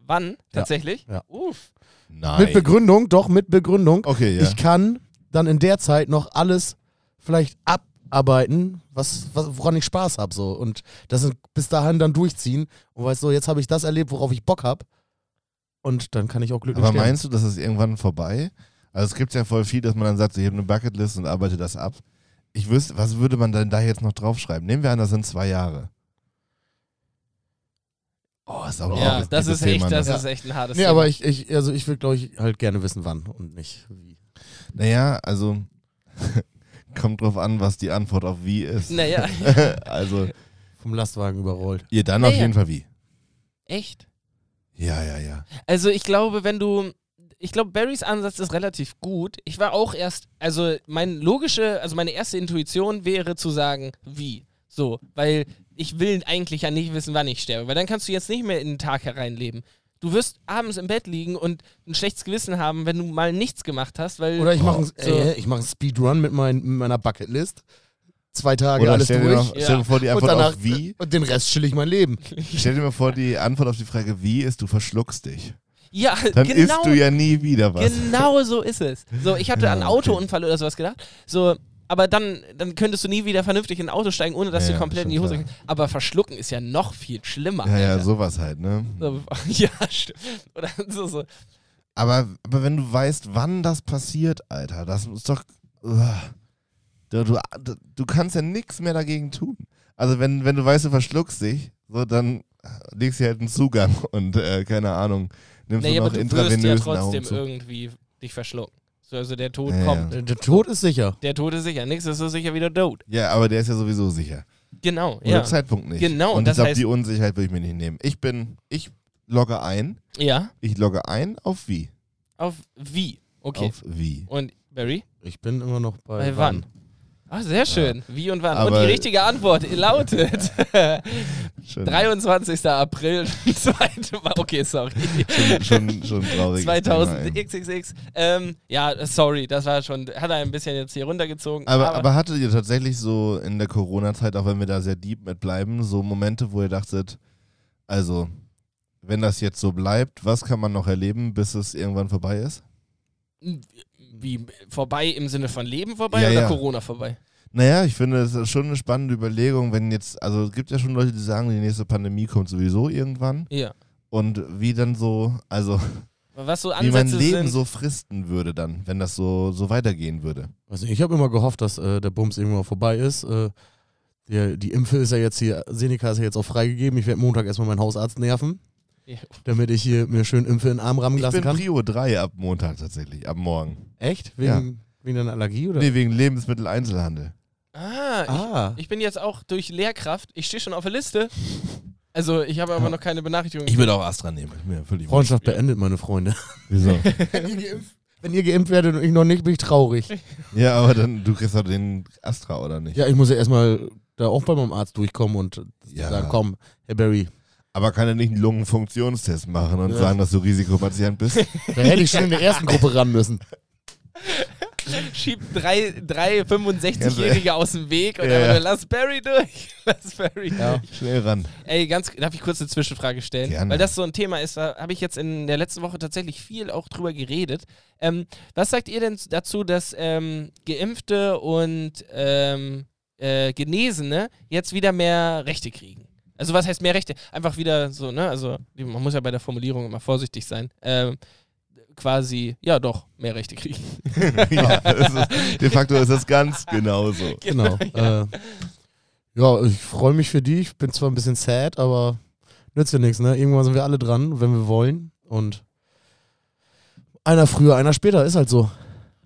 [SPEAKER 4] Wann? Tatsächlich?
[SPEAKER 5] Ja.
[SPEAKER 4] Uff.
[SPEAKER 1] Nein.
[SPEAKER 5] Mit Begründung, doch, mit Begründung.
[SPEAKER 1] okay, ja.
[SPEAKER 5] Ich kann dann in der Zeit noch alles vielleicht abarbeiten, was, was, woran ich Spaß habe. So. Und das sind- bis dahin dann durchziehen. Und weißt du, jetzt habe ich das erlebt, worauf ich Bock habe. Und dann kann ich auch glücklich
[SPEAKER 1] Aber
[SPEAKER 5] sterben.
[SPEAKER 1] meinst du, das ist irgendwann vorbei? Also es gibt ja voll viel, dass man dann sagt, so, ich habe eine Bucketlist und arbeite das ab. Ich wüsste, was würde man denn da jetzt noch draufschreiben? Nehmen wir an, das sind zwei Jahre. Oh, ist aber auch
[SPEAKER 4] ja,
[SPEAKER 1] ein
[SPEAKER 4] das
[SPEAKER 1] dickes
[SPEAKER 4] ist echt,
[SPEAKER 1] Thema,
[SPEAKER 4] das
[SPEAKER 1] ne?
[SPEAKER 4] ist echt ein hartes
[SPEAKER 5] Nee,
[SPEAKER 4] Thema.
[SPEAKER 5] aber ich, ich, also ich würde, glaube ich, halt gerne wissen, wann und nicht wie.
[SPEAKER 1] Naja, also [LAUGHS] kommt drauf an, was die Antwort auf wie ist.
[SPEAKER 4] Naja,
[SPEAKER 1] [LAUGHS] also
[SPEAKER 5] Vom Lastwagen überrollt.
[SPEAKER 1] ihr dann auf
[SPEAKER 4] Naja.
[SPEAKER 1] jeden Fall wie.
[SPEAKER 4] echt.
[SPEAKER 1] Ja, ja, ja.
[SPEAKER 4] Also ich glaube, wenn du. Ich glaube, Barrys Ansatz ist relativ gut. Ich war auch erst, also mein logische, also meine erste Intuition wäre zu sagen, wie. So, weil ich will eigentlich ja nicht wissen, wann ich sterbe, weil dann kannst du jetzt nicht mehr in den Tag hereinleben. Du wirst abends im Bett liegen und ein schlechtes Gewissen haben, wenn du mal nichts gemacht hast, weil
[SPEAKER 5] Oder ich mache
[SPEAKER 4] so,
[SPEAKER 5] einen mach Speedrun mit, mein, mit meiner Bucketlist. Zwei Tage
[SPEAKER 1] Oder
[SPEAKER 5] alles
[SPEAKER 1] stell
[SPEAKER 5] durch.
[SPEAKER 1] dir, noch, stell
[SPEAKER 4] Ja.
[SPEAKER 1] dir vor, die
[SPEAKER 5] und
[SPEAKER 1] Antwort
[SPEAKER 5] danach
[SPEAKER 1] auf wie.
[SPEAKER 5] Und den Rest chill ich mein Leben.
[SPEAKER 1] Stell dir mal vor, die Antwort auf die Frage wie ist, du verschluckst dich.
[SPEAKER 4] ja,
[SPEAKER 1] Dann
[SPEAKER 4] genau
[SPEAKER 1] isst du ja nie wieder was.
[SPEAKER 4] Genau so ist es. So, ich
[SPEAKER 1] [LAUGHS]
[SPEAKER 4] hatte an einen Autounfall oder sowas gedacht. So, aber dann, dann könntest du nie wieder vernünftig in ein Auto steigen, ohne dass
[SPEAKER 1] Ja,
[SPEAKER 4] du
[SPEAKER 1] ja,
[SPEAKER 4] komplett
[SPEAKER 1] schon
[SPEAKER 4] in die Hose
[SPEAKER 1] klar.
[SPEAKER 4] gehst. Aber verschlucken ist ja noch viel schlimmer.
[SPEAKER 1] Ja, ja,
[SPEAKER 4] Alter.
[SPEAKER 1] sowas halt, ne?
[SPEAKER 4] So, [LAUGHS] ja, stimmt. Oder so, so.
[SPEAKER 1] Aber, aber wenn du weißt, wann das passiert, Alter, das ist doch. Uah. Du, du, du kannst ja nichts mehr dagegen tun. Also, wenn, wenn du weißt, du verschluckst dich, so, dann legst du halt einen Zugang und äh, keine Ahnung, nimmst
[SPEAKER 4] Naja,
[SPEAKER 1] du
[SPEAKER 4] aber
[SPEAKER 1] noch
[SPEAKER 4] du wirst ja
[SPEAKER 1] intravenös Nahrung
[SPEAKER 4] trotzdem
[SPEAKER 1] zu.
[SPEAKER 4] irgendwie dich verschlucken. So, also der Tod
[SPEAKER 1] Ja, ja.
[SPEAKER 4] kommt.
[SPEAKER 5] Der, der Tod ist sicher.
[SPEAKER 4] Der Tod ist sicher. Nix ist so sicher wie der Tod.
[SPEAKER 1] Ja, aber der ist ja sowieso sicher.
[SPEAKER 4] Genau.
[SPEAKER 1] Nur
[SPEAKER 4] Ja.
[SPEAKER 1] der Zeitpunkt nicht.
[SPEAKER 4] Genau,
[SPEAKER 1] Und
[SPEAKER 4] das
[SPEAKER 1] ich glaube,
[SPEAKER 4] heißt-
[SPEAKER 1] die Unsicherheit will ich mir nicht nehmen. Ich bin, ich logge ein.
[SPEAKER 4] ja.
[SPEAKER 1] Ich logge ein auf wie?
[SPEAKER 4] Auf wie. Okay.
[SPEAKER 1] Auf wie.
[SPEAKER 4] Und Barry?
[SPEAKER 5] Ich bin immer noch bei,
[SPEAKER 4] Bei wann? Ah, sehr schön. Wie und wann. und
[SPEAKER 1] Aber-
[SPEAKER 4] die richtige Antwort
[SPEAKER 1] [LAUGHS]
[SPEAKER 4] lautet [LAUGHS]
[SPEAKER 1] Schön,
[SPEAKER 4] 23. April. [LAUGHS] zweite Mal- okay, sorry.
[SPEAKER 1] schon, schon traurig.
[SPEAKER 4] [LAUGHS] 2000 XXX. Ähm, ja, sorry, das war schon, hat er ein bisschen jetzt hier runtergezogen.
[SPEAKER 1] Aber, aber hattet ihr tatsächlich so in der Corona-Zeit, auch wenn wir da sehr deep mit bleiben, so Momente, wo ihr dachtet, also, wenn das jetzt so bleibt, was kann man noch erleben, bis es irgendwann vorbei ist?
[SPEAKER 4] wie vorbei im Sinne von Leben vorbei
[SPEAKER 1] Ja,
[SPEAKER 4] oder
[SPEAKER 1] ja.
[SPEAKER 4] Corona vorbei?
[SPEAKER 1] Naja, ich finde, es ist schon eine spannende Überlegung, wenn jetzt, also es gibt ja schon Leute, die sagen, die nächste Pandemie kommt sowieso irgendwann.
[SPEAKER 4] Ja.
[SPEAKER 1] Und wie dann so, also
[SPEAKER 4] Was so
[SPEAKER 1] wie mein
[SPEAKER 4] Ansätze
[SPEAKER 1] Leben
[SPEAKER 4] sind.
[SPEAKER 1] so fristen würde dann, wenn das so, so weitergehen würde.
[SPEAKER 5] Also ich habe immer gehofft, dass äh, der Bums irgendwann vorbei ist. Äh, der, die Impfe ist ja jetzt hier, Seneca ist ja jetzt auch freigegeben. Ich werde Montag erstmal meinen Hausarzt nerven,
[SPEAKER 4] Ja.
[SPEAKER 5] damit ich hier mir schön Impfe in den Arm rammen
[SPEAKER 1] Ich
[SPEAKER 5] lassen
[SPEAKER 1] bin
[SPEAKER 5] kann.
[SPEAKER 1] Prio 3 ab Montag tatsächlich, ab morgen.
[SPEAKER 5] Echt? Wegen, wegen deiner Allergie oder?
[SPEAKER 1] Nee, wegen Lebensmitteleinzelhandel.
[SPEAKER 4] Ah,
[SPEAKER 5] Ah,
[SPEAKER 4] ich, ich bin jetzt auch durch Lehrkraft. Ich stehe schon auf der Liste. Also, ich habe aber noch keine Benachrichtigung. [LAUGHS]
[SPEAKER 1] Ich würde auch Astra nehmen. Ist Mir völlig wurscht.
[SPEAKER 5] Freundschaft beendet, meine Freunde.
[SPEAKER 1] Wieso?
[SPEAKER 5] Wenn ihr, geimpft, [LAUGHS] wenn ihr geimpft werdet und ich noch nicht, bin ich traurig.
[SPEAKER 1] Ja, aber dann, du kriegst doch den Astra, oder nicht?
[SPEAKER 5] [LAUGHS] Ja, ich muss ja erstmal da auch bei meinem Arzt durchkommen und
[SPEAKER 1] Ja.
[SPEAKER 5] sagen, komm, Herr Barry,
[SPEAKER 1] Aber kann er nicht einen Lungenfunktionstest machen und
[SPEAKER 5] Ja.
[SPEAKER 1] sagen, dass du Risikopatient bist?
[SPEAKER 5] [LAUGHS] da hätte ich schon in der ersten Gruppe ran müssen.
[SPEAKER 4] Schiebt drei, drei 65-Jährige aus dem Weg und
[SPEAKER 1] Ja,
[SPEAKER 4] einfach
[SPEAKER 1] ja.
[SPEAKER 4] nur, lass Barry durch. [LAUGHS] Lass Barry durch.
[SPEAKER 1] Schnell ran. [LAUGHS]
[SPEAKER 4] Ey, ganz, darf ich kurz eine Zwischenfrage stellen?
[SPEAKER 1] Gerne.
[SPEAKER 4] Weil das so ein Thema ist, da habe ich jetzt in der letzten Woche tatsächlich viel auch drüber geredet. Ähm, was sagt ihr denn dazu, dass ähm, Geimpfte und ähm, äh, Genesene jetzt wieder mehr Rechte kriegen? Also was heißt mehr Rechte? Einfach wieder so, ne? Also man muss ja bei der Formulierung immer vorsichtig sein. Ähm, quasi, ja doch, mehr Rechte kriegen.
[SPEAKER 1] ja, das ist, de facto ist das ganz genauso.
[SPEAKER 4] [LAUGHS]
[SPEAKER 5] Genau. ja. Äh, ja, ich freue mich für die. Ich bin zwar ein bisschen sad, aber nützt ja nichts, ne? Irgendwann sind wir alle dran, wenn wir wollen. Und einer früher, einer später, ist halt so.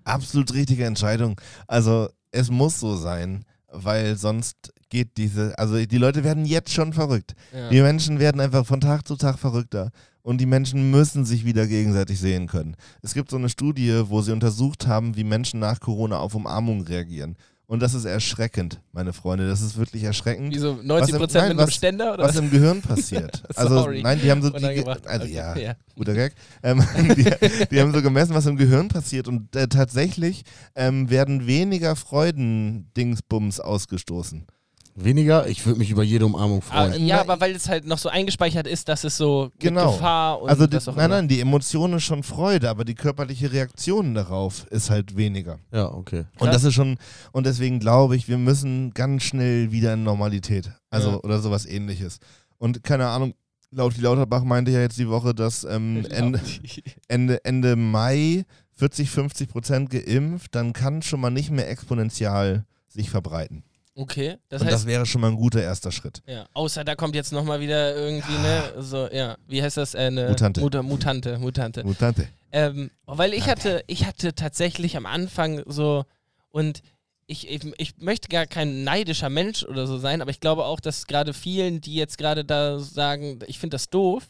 [SPEAKER 1] Absolut richtige Entscheidung. Also, es muss so sein, weil sonst geht diese. Also, die Leute werden jetzt schon verrückt.
[SPEAKER 4] Ja.
[SPEAKER 1] Die Menschen werden einfach von Tag zu Tag verrückter. Und die Menschen müssen sich wieder gegenseitig sehen können. Es gibt so eine Studie, wo sie untersucht haben, wie Menschen nach Corona auf Umarmung reagieren. Und das ist erschreckend, meine Freunde. Das ist wirklich erschreckend.
[SPEAKER 4] Wie so 90 Prozent
[SPEAKER 1] nein,
[SPEAKER 4] mit einem
[SPEAKER 1] was-
[SPEAKER 4] Ständer oder
[SPEAKER 1] was im Gehirn passiert. Also
[SPEAKER 4] [LAUGHS] Sorry.
[SPEAKER 1] nein, die haben so die,
[SPEAKER 4] Unangebracht.
[SPEAKER 1] also
[SPEAKER 4] Okay,
[SPEAKER 1] ja,
[SPEAKER 4] ja.
[SPEAKER 1] guter Gag. Ähm, [LAUGHS] die, die haben so gemessen, was im Gehirn passiert und äh, tatsächlich ähm, werden weniger Freudendingsbums ausgestoßen.
[SPEAKER 5] Weniger, ich würde mich über jede Umarmung
[SPEAKER 4] Ah,
[SPEAKER 5] freuen.
[SPEAKER 4] ja,
[SPEAKER 1] Na,
[SPEAKER 4] aber weil es halt noch so eingespeichert ist, dass es so
[SPEAKER 1] Genau.
[SPEAKER 4] mit Gefahr und
[SPEAKER 1] also die,
[SPEAKER 4] was auch
[SPEAKER 1] nein,
[SPEAKER 4] immer.
[SPEAKER 1] nein, die Emotion ist schon Freude, aber die körperliche Reaktion darauf ist halt weniger.
[SPEAKER 5] Ja, okay.
[SPEAKER 1] Und
[SPEAKER 4] Krass.
[SPEAKER 1] das ist schon und deswegen glaube ich, wir müssen ganz schnell wieder in Normalität, also
[SPEAKER 4] Ja.
[SPEAKER 1] oder sowas Ähnliches. Und keine Ahnung. Laut Lauterbach meinte ja jetzt die Woche, dass ähm, Ende, Ende, Ende Mai 40, 50 Prozent geimpft, dann kann schon mal nicht mehr exponentiell sich verbreiten. [LAUGHS]
[SPEAKER 4] Okay, das
[SPEAKER 1] Und
[SPEAKER 4] heißt,
[SPEAKER 1] das wäre schon mal ein guter erster Schritt.
[SPEAKER 4] ja, außer da kommt jetzt nochmal wieder irgendwie, ne, so, ja, wie heißt das? Äh, eine
[SPEAKER 1] Mutante.
[SPEAKER 4] Muta- Mutante, Mutante.
[SPEAKER 1] Mutante.
[SPEAKER 4] Ähm, weil
[SPEAKER 5] Ah,
[SPEAKER 4] ich hatte, ich hatte tatsächlich am Anfang so, und ich, ich, ich möchte gar kein neidischer Mensch oder so sein, aber ich glaube auch, dass gerade vielen, die jetzt gerade da sagen, ich finde das doof,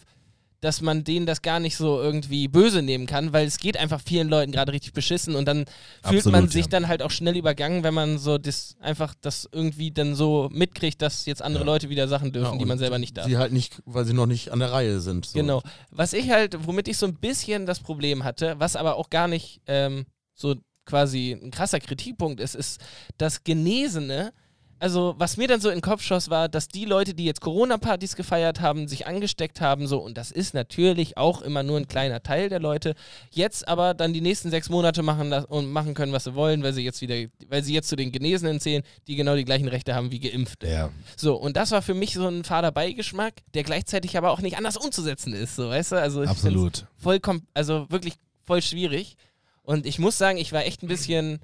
[SPEAKER 4] dass man denen das gar nicht so irgendwie böse nehmen kann, weil es geht einfach vielen Leuten gerade richtig beschissen und dann fühlt
[SPEAKER 1] Absolut,
[SPEAKER 4] man sich
[SPEAKER 1] ja.
[SPEAKER 4] dann halt auch schnell übergangen, wenn man so das einfach das irgendwie dann so mitkriegt, dass jetzt andere Leute wieder Sachen dürfen,
[SPEAKER 5] Ja,
[SPEAKER 4] die
[SPEAKER 5] und
[SPEAKER 4] man selber nicht darf.
[SPEAKER 5] Die halt nicht, weil sie noch nicht an der Reihe sind. So.
[SPEAKER 4] Genau. Was ich halt, womit ich so ein bisschen das Problem hatte, was aber auch gar nicht ähm, so quasi ein krasser Kritikpunkt ist, ist das Genesene. Also, was mir dann so in den Kopf schoss, war, dass die Leute, die jetzt Corona-Partys gefeiert haben, sich angesteckt haben, so, und das ist natürlich auch immer nur ein kleiner Teil der Leute, jetzt aber dann die nächsten sechs Monate machen las- und machen können, was sie wollen, weil sie jetzt wieder, weil sie jetzt zu den Genesenen zählen, die genau die gleichen Rechte haben wie Geimpfte.
[SPEAKER 1] Ja.
[SPEAKER 4] So, und das war für mich so ein fader Beigeschmack, der gleichzeitig aber auch nicht anders umzusetzen ist, so, weißt du? Also ich
[SPEAKER 1] Absolut.
[SPEAKER 4] find's Voll kom- also wirklich voll schwierig. Und ich muss sagen, ich war echt ein bisschen,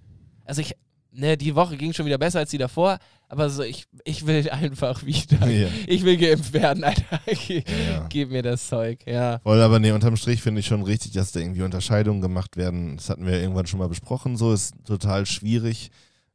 [SPEAKER 4] also ich, ne, die Woche ging schon wieder besser als die davor, aber so, ich, ich will [LAUGHS] einfach wieder.
[SPEAKER 1] Ja.
[SPEAKER 4] Ich will geimpft werden, Alter. [LAUGHS] Ge
[SPEAKER 1] Ja.
[SPEAKER 4] Gib mir das Zeug,
[SPEAKER 1] [LAUGHS]
[SPEAKER 4] ja.
[SPEAKER 1] Voll, aber nee, unterm Strich finde ich schon richtig, dass da irgendwie Unterscheidungen gemacht werden. Das hatten wir irgendwann schon mal besprochen. So ist total schwierig,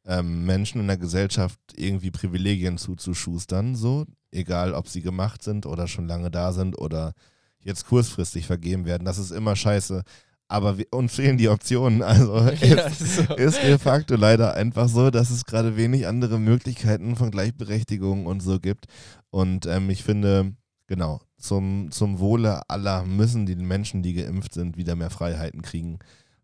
[SPEAKER 1] ähm, Menschen in der Gesellschaft irgendwie Privilegien zuzuschustern, so. Egal, ob sie gemacht sind oder schon lange da sind oder jetzt kurzfristig vergeben werden. Das ist immer scheiße. Aber wir, uns fehlen die Optionen. Also
[SPEAKER 4] [LAUGHS] ja
[SPEAKER 1] es
[SPEAKER 4] so.
[SPEAKER 1] ist de facto leider einfach so, dass es gerade wenig andere Möglichkeiten von Gleichberechtigung und so gibt. Und ähm, ich finde, genau, zum, zum Wohle aller müssen die Menschen, die geimpft sind, wieder mehr Freiheiten kriegen.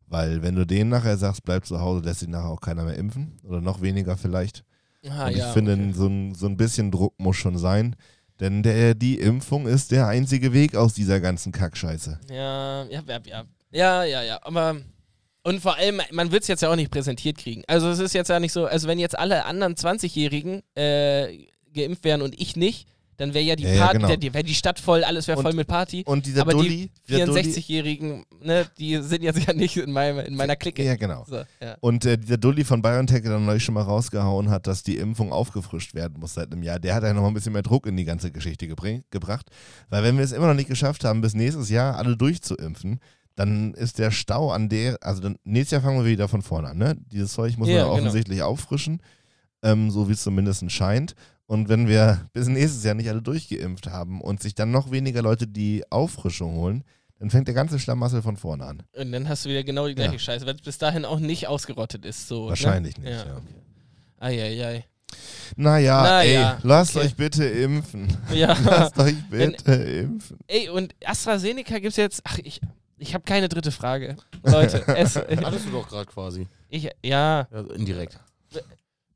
[SPEAKER 1] Weil wenn du denen nachher sagst, bleib zu Hause, lässt sich nachher auch keiner mehr impfen. Oder noch weniger vielleicht.
[SPEAKER 4] Ah,
[SPEAKER 1] und ich
[SPEAKER 4] ja,
[SPEAKER 1] finde,
[SPEAKER 4] okay.
[SPEAKER 1] so, ein, so ein bisschen Druck muss schon sein. Denn der, die Impfung ist der einzige Weg aus dieser ganzen Kackscheiße.
[SPEAKER 4] Ja, ja, ja, ja. Ja, ja, ja. Aber. Und vor allem, man wird es jetzt ja auch nicht präsentiert kriegen. Also es ist jetzt ja nicht so, also wenn jetzt alle anderen 20-Jährigen äh, geimpft wären und ich nicht, dann wäre ja die
[SPEAKER 1] Ja, ja,
[SPEAKER 4] Party,
[SPEAKER 1] genau.
[SPEAKER 4] der- die, wär die Stadt voll, alles wäre
[SPEAKER 1] Und-
[SPEAKER 4] voll mit Party.
[SPEAKER 1] Und dieser
[SPEAKER 4] aber
[SPEAKER 1] Dulli,
[SPEAKER 4] die
[SPEAKER 1] der Dulli-
[SPEAKER 4] 64-Jährigen, ne, die sind jetzt ja nicht in, meinem, in meiner Clique.
[SPEAKER 1] Ja, genau.
[SPEAKER 4] So, ja.
[SPEAKER 1] Und äh, dieser Dulli von BioNTech, der dann neulich schon mal rausgehauen hat, dass die Impfung aufgefrischt werden muss seit einem Jahr, der hat ja nochmal ein bisschen mehr Druck in die ganze Geschichte gebring- gebracht. Weil wenn wir es immer noch nicht geschafft haben, bis nächstes Jahr alle durchzuimpfen, dann ist der Stau an der, also dann, nächstes Jahr fangen wir wieder von vorne an, ne? Dieses Zeug muss
[SPEAKER 4] Ja,
[SPEAKER 1] man ja
[SPEAKER 4] genau.
[SPEAKER 1] offensichtlich auffrischen, ähm, so wie es zumindest scheint. Und wenn wir bis nächstes Jahr nicht alle durchgeimpft haben und sich dann noch weniger Leute die Auffrischung holen, dann fängt der ganze Schlamassel von vorne an.
[SPEAKER 4] Und dann hast du wieder genau die gleiche
[SPEAKER 1] Ja.
[SPEAKER 4] Scheiße, weil es bis dahin auch nicht ausgerottet ist. So,
[SPEAKER 1] Wahrscheinlich
[SPEAKER 4] ne?
[SPEAKER 1] nicht.
[SPEAKER 4] Ja.
[SPEAKER 1] Ja.
[SPEAKER 4] Eieiei.
[SPEAKER 1] Naja,
[SPEAKER 4] Naja,
[SPEAKER 1] ey, lasst
[SPEAKER 4] okay.
[SPEAKER 1] euch bitte
[SPEAKER 4] [LAUGHS]
[SPEAKER 1] impfen. [LAUGHS]
[SPEAKER 4] Ja.
[SPEAKER 1] Lasst euch bitte impfen.
[SPEAKER 4] Ey, und AstraZeneca gibt's jetzt. Ach, ich, ich habe keine dritte Frage. Leute,
[SPEAKER 1] [LAUGHS]
[SPEAKER 4] es,
[SPEAKER 5] Hattest du doch gerade quasi.
[SPEAKER 4] ich, ja,
[SPEAKER 5] Ja, indirekt.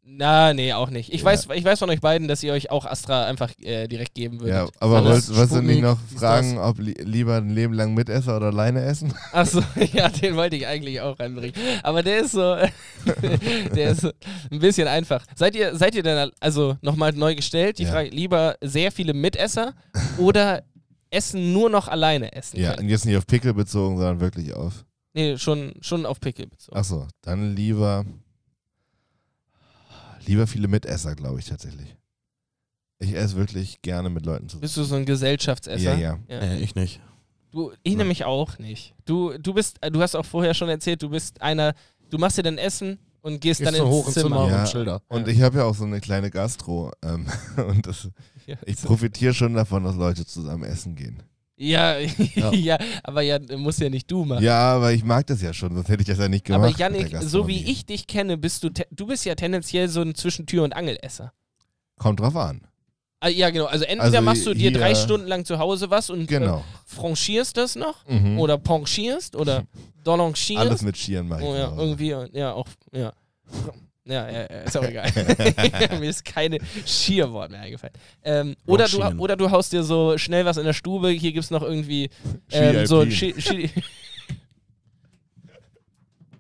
[SPEAKER 4] na, nee, auch nicht. Ich,
[SPEAKER 1] Ja.
[SPEAKER 4] weiß, ich weiß von euch beiden, dass ihr euch auch Astra einfach äh, direkt geben
[SPEAKER 1] Ja,
[SPEAKER 4] würdet.
[SPEAKER 1] aber
[SPEAKER 5] Alles
[SPEAKER 1] wolltest wolltest du nicht
[SPEAKER 5] Sputnik,
[SPEAKER 1] noch
[SPEAKER 5] dies,
[SPEAKER 1] fragen, ob li lieber ein Leben lang Mitesser oder alleine
[SPEAKER 4] [LAUGHS]
[SPEAKER 1] essen?
[SPEAKER 4] Achso, ja, den wollte ich eigentlich auch reinbringen. Aber der ist so, [LAUGHS] der ist so ein bisschen einfach. Seid ihr, seid ihr denn, also nochmal neu gestellt, die
[SPEAKER 1] Ja.
[SPEAKER 4] Frage, lieber sehr viele Mitesser oder Essen nur noch alleine essen
[SPEAKER 1] Ja,
[SPEAKER 4] können?
[SPEAKER 1] und jetzt nicht auf Pickel bezogen, sondern wirklich auf.
[SPEAKER 4] Nee, schon, schon auf Pickel bezogen.
[SPEAKER 1] Achso, dann lieber. Lieber viele Mitesser, glaube ich tatsächlich. Ich esse wirklich gerne mit Leuten zusammen.
[SPEAKER 4] Bist du so ein Gesellschaftsesser?
[SPEAKER 1] Ja, ja.
[SPEAKER 4] Ja.
[SPEAKER 5] Nee, ich nicht.
[SPEAKER 4] Du, ich nämlich auch nicht. Du, du bist, äh, du hast auch vorher schon erzählt, du bist einer, du machst dir dann Essen und gehst,
[SPEAKER 5] Gehst
[SPEAKER 4] dann
[SPEAKER 5] so
[SPEAKER 4] ins
[SPEAKER 5] hoch ins Zimmer
[SPEAKER 4] Zimmer.
[SPEAKER 1] Ja.
[SPEAKER 5] und Schilder.
[SPEAKER 1] Und ich habe ja auch so eine kleine Gastro. Ähm, [LAUGHS] und das,
[SPEAKER 4] Ja,
[SPEAKER 1] ich profitiere schon davon, dass Leute zusammen essen gehen.
[SPEAKER 4] ja, [LAUGHS] ja.
[SPEAKER 5] Ja.
[SPEAKER 4] aber ja, muss ja nicht du machen.
[SPEAKER 1] Ja, aber ich mag das ja schon, sonst hätte ich das ja nicht gemacht.
[SPEAKER 4] aber
[SPEAKER 1] mit der
[SPEAKER 4] Yannick, so
[SPEAKER 1] Gastronomie.
[SPEAKER 4] wie ich dich kenne, bist du, te- du bist ja tendenziell so ein Zwischentür- und Angelesser.
[SPEAKER 1] Kommt drauf an.
[SPEAKER 4] Ah, ja, genau. Also entweder
[SPEAKER 1] Also
[SPEAKER 4] machst du dir
[SPEAKER 1] hier-
[SPEAKER 4] drei Stunden lang zu Hause was und
[SPEAKER 1] Genau.
[SPEAKER 4] äh, franchierst das noch
[SPEAKER 1] Mhm.
[SPEAKER 4] oder
[SPEAKER 1] [LAUGHS]
[SPEAKER 4] penchierst oder dolongierst.
[SPEAKER 1] Alles mit Schieren mache ich.
[SPEAKER 4] Oh ja,
[SPEAKER 1] zu Hause.
[SPEAKER 4] irgendwie, ja, auch, ja. [LAUGHS] Ja, ja, ja, ist auch egal.
[SPEAKER 1] [LAUGHS]
[SPEAKER 4] Mir ist keine Schierwort mehr eingefallen. Ähm, oder, du,
[SPEAKER 5] Schienen.
[SPEAKER 4] oder du haust dir so schnell was in der Stube, hier gibt's noch irgendwie
[SPEAKER 1] Ski-Alpin.
[SPEAKER 4] ähm, so Schi Schi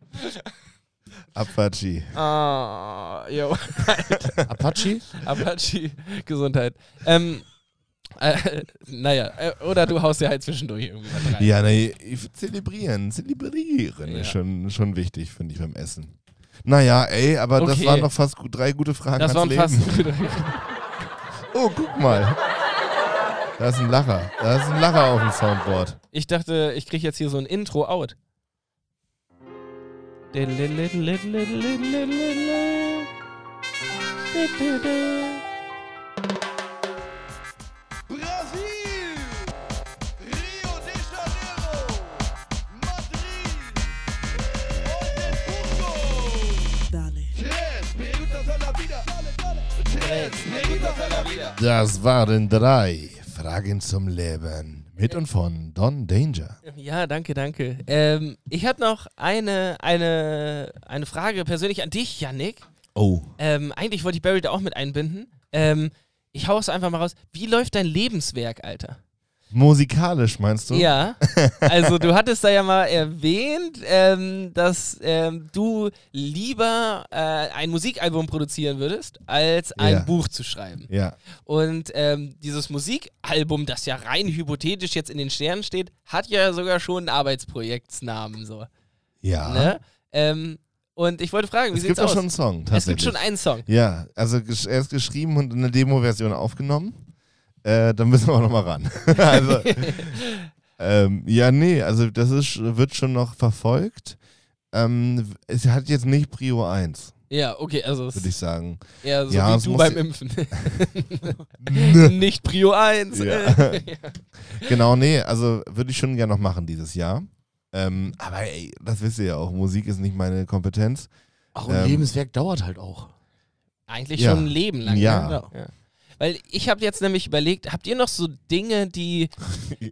[SPEAKER 1] [LAUGHS] Apache.
[SPEAKER 4] [LAUGHS] Ah, yo, [LAUGHS]
[SPEAKER 5] Apache?
[SPEAKER 4] Apache, Gesundheit. Ähm, äh, [LAUGHS] naja, äh, oder du haust dir halt zwischendurch irgendwie was rein.
[SPEAKER 1] Ja, nee, ich- zelebrieren, zelebrieren
[SPEAKER 4] Ja.
[SPEAKER 1] ist schon, schon wichtig, finde ich, beim Essen. Naja, ey, aber das
[SPEAKER 4] Okay.
[SPEAKER 1] waren doch fast gut, drei gute Fragen ans
[SPEAKER 4] das waren
[SPEAKER 1] Leben.
[SPEAKER 4] fast.
[SPEAKER 1] Oh, guck mal. Da ist ein Lacher. Da ist ein Lacher auf dem Soundboard.
[SPEAKER 4] Ich dachte, ich krieg jetzt hier so ein Intro-Out.
[SPEAKER 2] Brasil! Rio de Janeiro! Madrid! Oldenburgo!
[SPEAKER 6] Dale.
[SPEAKER 2] Tres preguntas a la vida! Tres preguntas a la vida!
[SPEAKER 1] Das waren drei Fragen zum Leben. Mit und von Don Danger.
[SPEAKER 4] Ja, danke, danke. Ähm, ich habe noch eine, eine, eine Frage persönlich an dich, Yannick.
[SPEAKER 1] Oh.
[SPEAKER 4] Ähm, eigentlich wollte ich Barry da auch mit einbinden. Ähm, ich hau es einfach mal raus. Wie läuft dein Lebenswerk, Alter?
[SPEAKER 1] Musikalisch meinst du?
[SPEAKER 4] Ja. Also du hattest da ja mal erwähnt, ähm, dass ähm, du lieber äh, ein Musikalbum produzieren würdest, als ein
[SPEAKER 1] Ja.
[SPEAKER 4] Buch zu schreiben.
[SPEAKER 1] Ja.
[SPEAKER 4] Und ähm, dieses Musikalbum, das ja rein hypothetisch jetzt in den Sternen steht, hat ja sogar schon einen Arbeitsprojektsnamen so.
[SPEAKER 1] Ja.
[SPEAKER 4] Ne? Ähm, Und ich wollte fragen, wie
[SPEAKER 1] Es
[SPEAKER 4] sieht's
[SPEAKER 1] gibt auch
[SPEAKER 4] aus?
[SPEAKER 1] schon einen Song.
[SPEAKER 4] es
[SPEAKER 1] Tatsächlich.
[SPEAKER 4] gibt schon einen Song.
[SPEAKER 1] Ja, also gesch- erst geschrieben und eine Demo-Version aufgenommen. Äh, dann müssen wir auch nochmal ran. [LAUGHS] also,
[SPEAKER 4] [LAUGHS]
[SPEAKER 1] ähm, ja, nee, also das ist, wird schon noch verfolgt. Ähm, es hat jetzt nicht Prio 1,
[SPEAKER 4] Ja, okay, also es
[SPEAKER 1] würde ich
[SPEAKER 4] [LAUGHS]
[SPEAKER 1] sagen.
[SPEAKER 4] eher so
[SPEAKER 1] Ja,
[SPEAKER 4] wie
[SPEAKER 1] es
[SPEAKER 4] du
[SPEAKER 1] muss
[SPEAKER 4] beim
[SPEAKER 1] ja- [LAUGHS]
[SPEAKER 4] Impfen. [LAUGHS] Nicht Prio 1.
[SPEAKER 1] Ja.
[SPEAKER 4] [LAUGHS] äh.
[SPEAKER 1] Genau, nee, also würde ich schon gerne noch machen dieses Jahr. Ähm, aber ey, das wisst ihr ja auch, Musik ist nicht meine Kompetenz.
[SPEAKER 5] Ach, und
[SPEAKER 1] Ähm.
[SPEAKER 5] Lebenswerk dauert halt auch.
[SPEAKER 4] Eigentlich
[SPEAKER 1] Ja.
[SPEAKER 4] schon ein Leben lang.
[SPEAKER 1] Ja.
[SPEAKER 4] Ne? ja. Weil ich habe jetzt nämlich überlegt, habt ihr noch so Dinge,
[SPEAKER 1] [LAUGHS]
[SPEAKER 4] die,